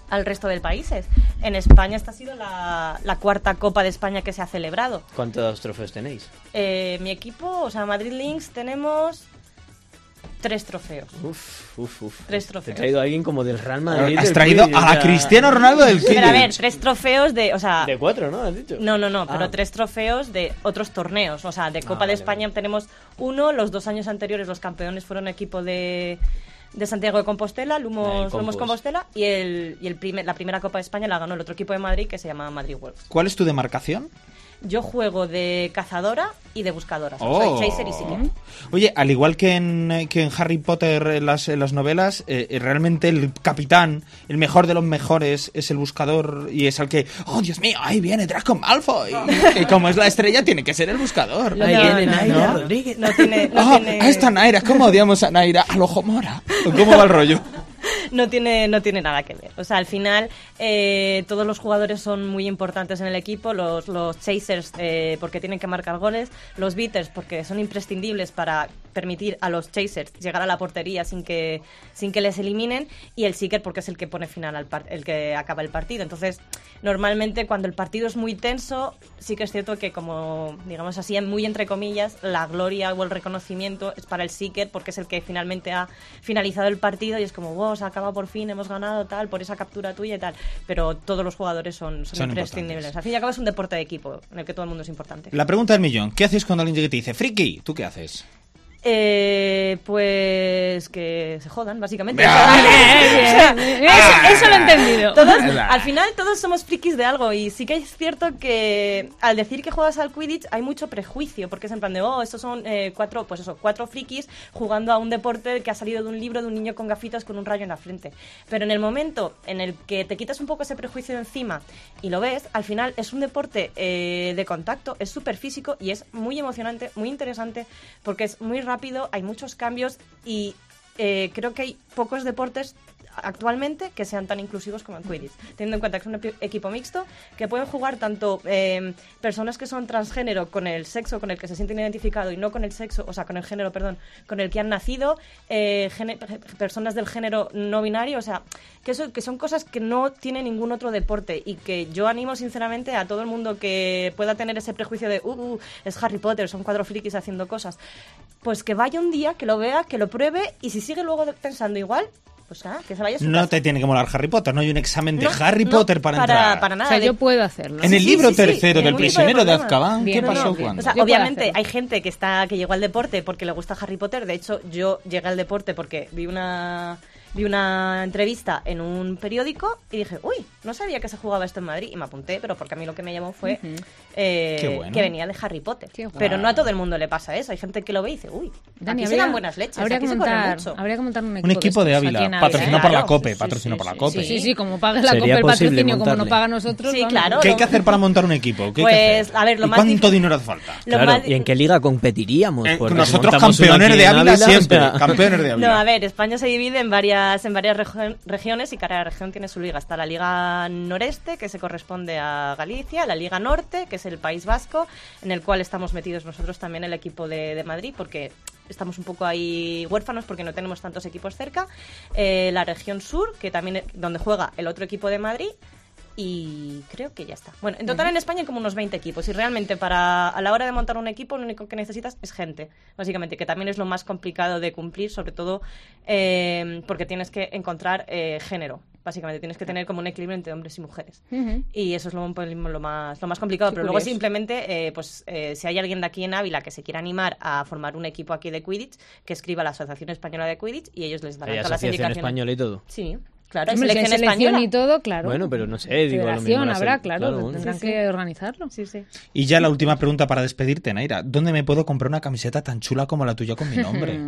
Speaker 7: al resto de países. En España esta ha sido la, la cuarta Copa de España que se ha celebrado.
Speaker 4: ¿Cuántos trofeos tenéis?
Speaker 7: Eh, mi equipo, o sea, Madrid Links, tenemos tres trofeos.
Speaker 4: Uf, uf, uf.
Speaker 7: Tres
Speaker 4: Te he
Speaker 7: trofeos.
Speaker 4: traído a alguien como del Real Madrid.
Speaker 2: Has
Speaker 4: del
Speaker 2: traído
Speaker 4: Quidditch, o
Speaker 2: a la
Speaker 4: sea,
Speaker 2: Cristiano Ronaldo del
Speaker 7: Pero a ver,
Speaker 2: Quidditch.
Speaker 7: tres trofeos de, o sea,
Speaker 4: De cuatro, ¿no? Has dicho.
Speaker 7: No, no, no, pero
Speaker 4: Ah.
Speaker 7: tres trofeos de otros torneos. O sea, de Copa
Speaker 4: vale,
Speaker 7: de España tenemos uno, los dos años anteriores los campeones fueron equipo de, de Santiago de Compostela,
Speaker 4: Ah, el
Speaker 7: Lumos,
Speaker 4: Compos.
Speaker 7: Lumos Compostela, y, el, y el primer- la primera Copa de España la ganó el otro equipo de Madrid que se llama Madrid Wolves.
Speaker 2: ¿Cuál es tu demarcación?
Speaker 7: Yo juego de cazadora y de buscadora. o sea,
Speaker 2: Oh.
Speaker 7: Soy chaser y seeker.
Speaker 2: Oye, al igual que en, eh, que en Harry Potter en las, en las novelas, eh, eh, realmente el capitán, el mejor de los mejores, es el buscador y es el que, oh Dios mío, ahí viene Draco Malfoy. Y como es la estrella, tiene que ser el buscador.
Speaker 4: Ahí
Speaker 7: No,
Speaker 4: viene
Speaker 7: no,
Speaker 4: Naira
Speaker 7: no.
Speaker 4: Rodríguez.
Speaker 7: No tiene, no
Speaker 2: Ah,
Speaker 7: tiene-
Speaker 2: a esta Naira, ¿cómo odiamos a Naira? Al ojo mora. ¿Cómo va el rollo?
Speaker 7: no tiene, no tiene nada que ver. O sea, al final eh, todos los jugadores son muy importantes en el equipo, los, los chasers eh, porque tienen que marcar goles, los beaters porque son imprescindibles para permitir a los chasers llegar a la portería sin que, sin que les eliminen, y el seeker porque es el que pone final al par- el que acaba el partido. Entonces, normalmente cuando el partido es muy tenso, sí que es cierto que como, digamos así, en- muy entre comillas, la gloria o el reconocimiento es para el seeker porque es el que finalmente ha finalizado el partido y es como, wow, se acaba por fin, hemos ganado, tal, por esa captura tuya y tal. Pero todos los jugadores son, son,
Speaker 2: Son
Speaker 7: imprescindibles.
Speaker 2: importantes.
Speaker 7: Al fin y al cabo es un deporte de equipo en el que todo el mundo es importante.
Speaker 2: La pregunta del millón. ¿Qué haces cuando alguien llega y te dice, friki? ¿Tú qué haces?
Speaker 7: Eh, pues que se jodan, básicamente.
Speaker 3: Bien, bien. Eso, eso lo he entendido.
Speaker 7: Todos-
Speaker 2: Bah.
Speaker 7: al final todos somos frikis de algo y sí que es cierto que al decir que juegas al Quidditch hay mucho prejuicio porque es en plan de, oh, estos son eh, cuatro, pues eso, cuatro frikis jugando a un deporte que ha salido de un libro de un niño con gafitas con un rayo en la frente. Pero en el momento en el que te quitas un poco ese prejuicio de encima y lo ves, al final es un deporte eh, de contacto, es súper físico y es muy emocionante, muy interesante porque es muy rápido, hay muchos cambios y eh, creo que hay pocos deportes actualmente que sean tan inclusivos como el Quidditch, teniendo en cuenta que es un epi- equipo mixto que pueden jugar tanto eh, personas que son transgénero con el sexo con el que se sienten identificados y no con el sexo, o sea, con el género, perdón, con el que han nacido, eh, gene- personas del género no binario, o sea, que, eso, que son cosas que no tiene ningún otro deporte y que yo animo sinceramente a todo el mundo que pueda tener ese prejuicio de, uh, uh, es Harry Potter, son cuatro frikis haciendo cosas, pues que vaya un día, que lo vea, que lo pruebe y si sigue luego de- pensando igual, pues nada, que se vaya a su
Speaker 2: No
Speaker 7: casa.
Speaker 2: te tiene que molar Harry Potter, no hay un examen de
Speaker 7: No,
Speaker 2: Harry
Speaker 7: no,
Speaker 2: Potter para, entrar.
Speaker 7: Para nada.
Speaker 3: O sea,
Speaker 7: de-
Speaker 3: yo puedo hacerlo.
Speaker 2: En
Speaker 7: Sí,
Speaker 2: el
Speaker 7: sí,
Speaker 2: libro
Speaker 7: sí, sí,
Speaker 2: tercero del
Speaker 7: ningún tipo de
Speaker 2: prisionero de
Speaker 7: problema.
Speaker 2: Azkaban, ¿qué
Speaker 3: Bien,
Speaker 2: pasó
Speaker 3: no, bien.
Speaker 2: cuando?
Speaker 7: O sea,
Speaker 3: Yo puedo
Speaker 7: obviamente
Speaker 3: hacerlo.
Speaker 7: hay gente que está que llegó al deporte porque le gusta Harry Potter. De hecho, yo llegué al deporte porque vi una vi una entrevista en un periódico y dije, uy, no sabía que se jugaba esto en Madrid y me apunté, pero porque a mí lo que me llamó fue eh,
Speaker 2: Qué bueno.
Speaker 7: que venía de Harry Potter.
Speaker 3: Qué guay.
Speaker 7: Pero no a todo el mundo le pasa eso. Hay gente que lo ve y dice, uy,
Speaker 3: Dani,
Speaker 7: aquí se
Speaker 3: habría-
Speaker 7: dan buenas leches,
Speaker 3: Habría
Speaker 7: aquí
Speaker 3: que
Speaker 7: se corre
Speaker 3: montar,
Speaker 7: mucho.
Speaker 3: habría que montar un equipo,
Speaker 2: Un equipo de
Speaker 3: estos
Speaker 2: Ávila,
Speaker 3: aquí en
Speaker 2: patrocinado por la
Speaker 7: claro.
Speaker 2: COPE,
Speaker 7: Sí, sí,
Speaker 2: patrocinado por la
Speaker 7: sí,
Speaker 2: COPE.
Speaker 3: Sí, sí, como pague la
Speaker 4: Sería
Speaker 3: COPE el
Speaker 4: posible
Speaker 3: patrocinio, como no
Speaker 4: montarle.
Speaker 3: paga a nosotros.
Speaker 7: Sí,
Speaker 3: vamos.
Speaker 7: claro.
Speaker 2: ¿Qué hay
Speaker 7: lo-
Speaker 2: que hacer para montar un equipo? ¿Qué hay que
Speaker 7: Pues,
Speaker 2: hacer?
Speaker 7: a ver, lo
Speaker 2: ¿Y
Speaker 7: más
Speaker 2: ¿Cuánto
Speaker 7: difícil-
Speaker 2: dinero hace falta?
Speaker 7: Lo
Speaker 4: claro,
Speaker 7: más-
Speaker 4: ¿y en qué liga competiríamos?
Speaker 2: Eh,
Speaker 4: Pues, Porque si
Speaker 2: nosotros
Speaker 4: montamos uno
Speaker 2: campeones
Speaker 4: aquí
Speaker 2: de
Speaker 4: en
Speaker 2: Ávila
Speaker 4: o
Speaker 2: siempre,
Speaker 4: sea,
Speaker 2: campeones de Ávila.
Speaker 7: No, a ver, España se divide en varias, en varias regi- regiones y cada región tiene su liga. Está la Liga Noreste, que se corresponde a Galicia, la Liga Norte, que es el País Vasco, en el cual estamos metidos nosotros también el equipo de, de Madrid, porque estamos un poco ahí huérfanos porque no tenemos tantos equipos cerca. Eh, la región sur, que también es- donde juega el otro equipo de Madrid. Y creo que ya está. Bueno, en total en España hay como unos 20 equipos y realmente para a la hora de montar un equipo lo único que necesitas es gente, básicamente, que también es lo más complicado de cumplir, sobre todo eh, porque tienes que encontrar eh, género, básicamente, tienes que tener como un equilibrio entre hombres y mujeres.
Speaker 3: Ujú.
Speaker 7: Y eso es lo, un pelín lo más, lo más complicado.
Speaker 3: Qué
Speaker 7: pero
Speaker 3: curioso.
Speaker 7: luego simplemente, eh, pues eh, si hay alguien de aquí en Ávila que se quiera animar a formar un equipo aquí de Quidditch, que escriba a la Asociación Española de Quidditch y ellos les darán
Speaker 4: Hay
Speaker 7: todas las
Speaker 4: asociación
Speaker 7: indicaciones.
Speaker 4: española y todo.
Speaker 7: Sí, claro, hay
Speaker 3: Hombre, si hay
Speaker 7: selección,
Speaker 3: selección
Speaker 7: española.
Speaker 3: y todo, claro.
Speaker 4: Bueno, pero no sé, digo, a lo mismo
Speaker 3: Federación
Speaker 4: la
Speaker 3: habrá,
Speaker 4: sele-
Speaker 3: claro,
Speaker 4: claro, bueno.
Speaker 3: tendrán
Speaker 7: Sí,
Speaker 3: que organizarlo.
Speaker 7: Sí, sí.
Speaker 2: Y ya la última pregunta para despedirte, Naira. ¿Dónde me puedo comprar una camiseta tan chula como la tuya con mi nombre?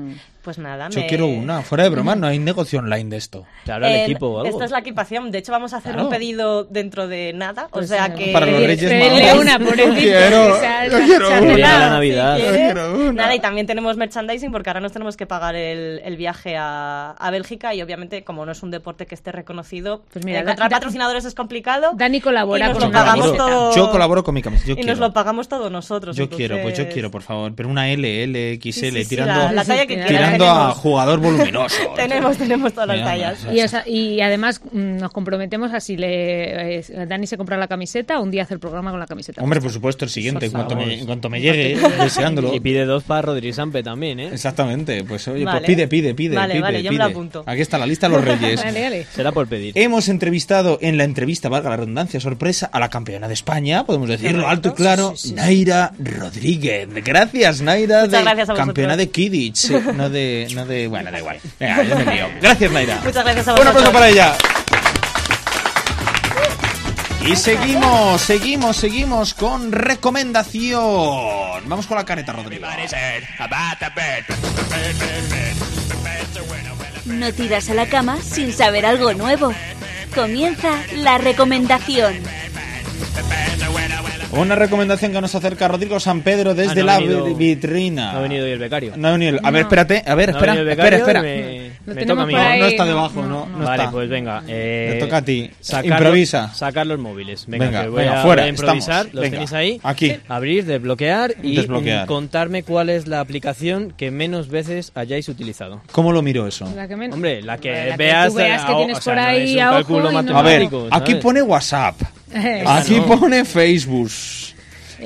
Speaker 7: Pues nada,
Speaker 2: Yo
Speaker 7: me-
Speaker 2: quiero una, fuera de broma, no hay negocio online de esto.
Speaker 4: Claro, al
Speaker 7: Eh,
Speaker 4: equipo o algo.
Speaker 7: Esta es la equipación. De hecho, vamos a hacer
Speaker 2: Claro.
Speaker 7: un pedido dentro de nada.
Speaker 3: Pues
Speaker 7: o sea
Speaker 3: nada.
Speaker 7: que.
Speaker 2: Para los
Speaker 3: Eh,
Speaker 2: Reyes
Speaker 3: Fede
Speaker 2: Magos.
Speaker 3: Leona,
Speaker 2: Yo
Speaker 3: pobrecito,
Speaker 2: quiero,
Speaker 3: que se ha-
Speaker 2: yo
Speaker 3: se ha-
Speaker 2: quiero
Speaker 3: se ha
Speaker 2: una.
Speaker 3: colado.
Speaker 4: Llega la Navidad.
Speaker 7: si
Speaker 2: Yo
Speaker 7: quieres.
Speaker 2: quiero una.
Speaker 7: Nada, y también tenemos merchandising porque ahora nos tenemos que pagar el, el viaje a, a Bélgica y obviamente como no es un deporte que esté reconocido,
Speaker 3: Pues mira,
Speaker 7: eh, encontrar
Speaker 3: da-
Speaker 7: patrocinadores es complicado.
Speaker 3: Dani colabora
Speaker 7: y nos
Speaker 3: con
Speaker 7: lo
Speaker 3: la
Speaker 7: pagamos
Speaker 3: camiseta.
Speaker 7: todo.
Speaker 2: Yo colaboro con mi camiseta. Yo
Speaker 7: y
Speaker 2: quiero.
Speaker 7: nos lo pagamos todos nosotros.
Speaker 2: yo quiero, pues yo
Speaker 7: entonces-
Speaker 2: quiero, por favor. Pero una L, L, XL,
Speaker 7: Sí, sí, sí,
Speaker 2: tirando,
Speaker 7: la, la talla que
Speaker 3: tirando
Speaker 7: quieras,
Speaker 2: tirando a
Speaker 7: tenemos.
Speaker 2: jugador voluminoso.
Speaker 7: Tenemos, tenemos todas las
Speaker 2: Mira,
Speaker 7: tallas.
Speaker 2: mira,
Speaker 3: Y, o sea, y además mm, nos comprometemos a si le, eh, Dani se compra la camiseta, un día hace el programa con la camiseta.
Speaker 2: Hombre, por supuesto, el siguiente, en cuanto, me,
Speaker 4: Vamos.
Speaker 2: en cuanto me llegue, deseándolo.
Speaker 4: Y pide dos para Rodri Sampe también, ¿eh?
Speaker 2: Exactamente, pues oye,
Speaker 7: Vale.
Speaker 2: pues pide, pide, pide.
Speaker 7: Vale,
Speaker 2: pide,
Speaker 7: vale, yo me lo
Speaker 2: pide.
Speaker 7: apunto.
Speaker 2: Aquí está la lista de los reyes.
Speaker 3: Dale, dale.
Speaker 4: Será por pedir.
Speaker 2: Hemos entrevistado en la entrevista, valga la redundancia, sorpresa, a la campeona de España, podemos decirlo alto y claro, Naira Rodríguez. Gracias, Naira,
Speaker 7: Muchas
Speaker 2: de
Speaker 7: gracias a vosotros.
Speaker 2: campeona de Kidditch. Sí, no de, no de. Bueno, da igual. Venga, yo me lío. Gracias, Naira.
Speaker 7: Muchas gracias a
Speaker 2: Un aplauso
Speaker 7: vosotros.
Speaker 2: para ella. Y seguimos, seguimos, seguimos con recomendación. Vamos con la careta, Rodríguez.
Speaker 1: No tiras a la cama sin saber algo nuevo. Comienza la recomendación.
Speaker 2: Una recomendación que nos acerca Rodrigo San Pedro desde
Speaker 4: Ah, no
Speaker 2: la
Speaker 4: ha venido-
Speaker 2: vitrina.
Speaker 4: No ha venido hoy el becario.
Speaker 2: No ha venido el- A ver, espérate. A ver,
Speaker 4: No ha
Speaker 2: espera,
Speaker 4: venido el
Speaker 2: espera,
Speaker 4: becario
Speaker 2: espera.
Speaker 4: y me-
Speaker 3: Lo
Speaker 4: Me toca
Speaker 3: tenemos
Speaker 4: a mí.
Speaker 3: por
Speaker 4: No,
Speaker 3: ahí.
Speaker 2: no está debajo, no, no
Speaker 4: vale,
Speaker 2: está.
Speaker 4: pues venga. eh,
Speaker 2: Me toca a ti.
Speaker 4: sacar los-
Speaker 2: Improvisa.
Speaker 4: Sacar los móviles. Venga,
Speaker 2: Venga,
Speaker 4: que voy
Speaker 2: venga,
Speaker 4: a,
Speaker 2: fuera,
Speaker 4: voy a improvisar.
Speaker 2: estamos.
Speaker 4: Los
Speaker 2: Venga,
Speaker 4: tenéis ahí.
Speaker 2: aquí.
Speaker 4: Abrir, desbloquear y
Speaker 2: Desbloquear.
Speaker 4: mm, contarme cuál es la aplicación que menos veces hayáis utilizado.
Speaker 2: ¿Cómo lo miro eso?
Speaker 3: La que men-
Speaker 4: Hombre, la que
Speaker 3: La que tú
Speaker 4: veas,
Speaker 3: veas que
Speaker 4: a-
Speaker 3: tienes
Speaker 4: o sea,
Speaker 3: por
Speaker 4: no
Speaker 3: ahí
Speaker 4: es un
Speaker 3: a ojo
Speaker 4: cálculo
Speaker 3: y no-
Speaker 2: A ver,
Speaker 4: matemático, Ah.
Speaker 2: aquí
Speaker 4: ¿sabes?
Speaker 2: pone WhatsApp.
Speaker 3: Eh,
Speaker 2: Aquí
Speaker 4: no.
Speaker 2: pone Facebook.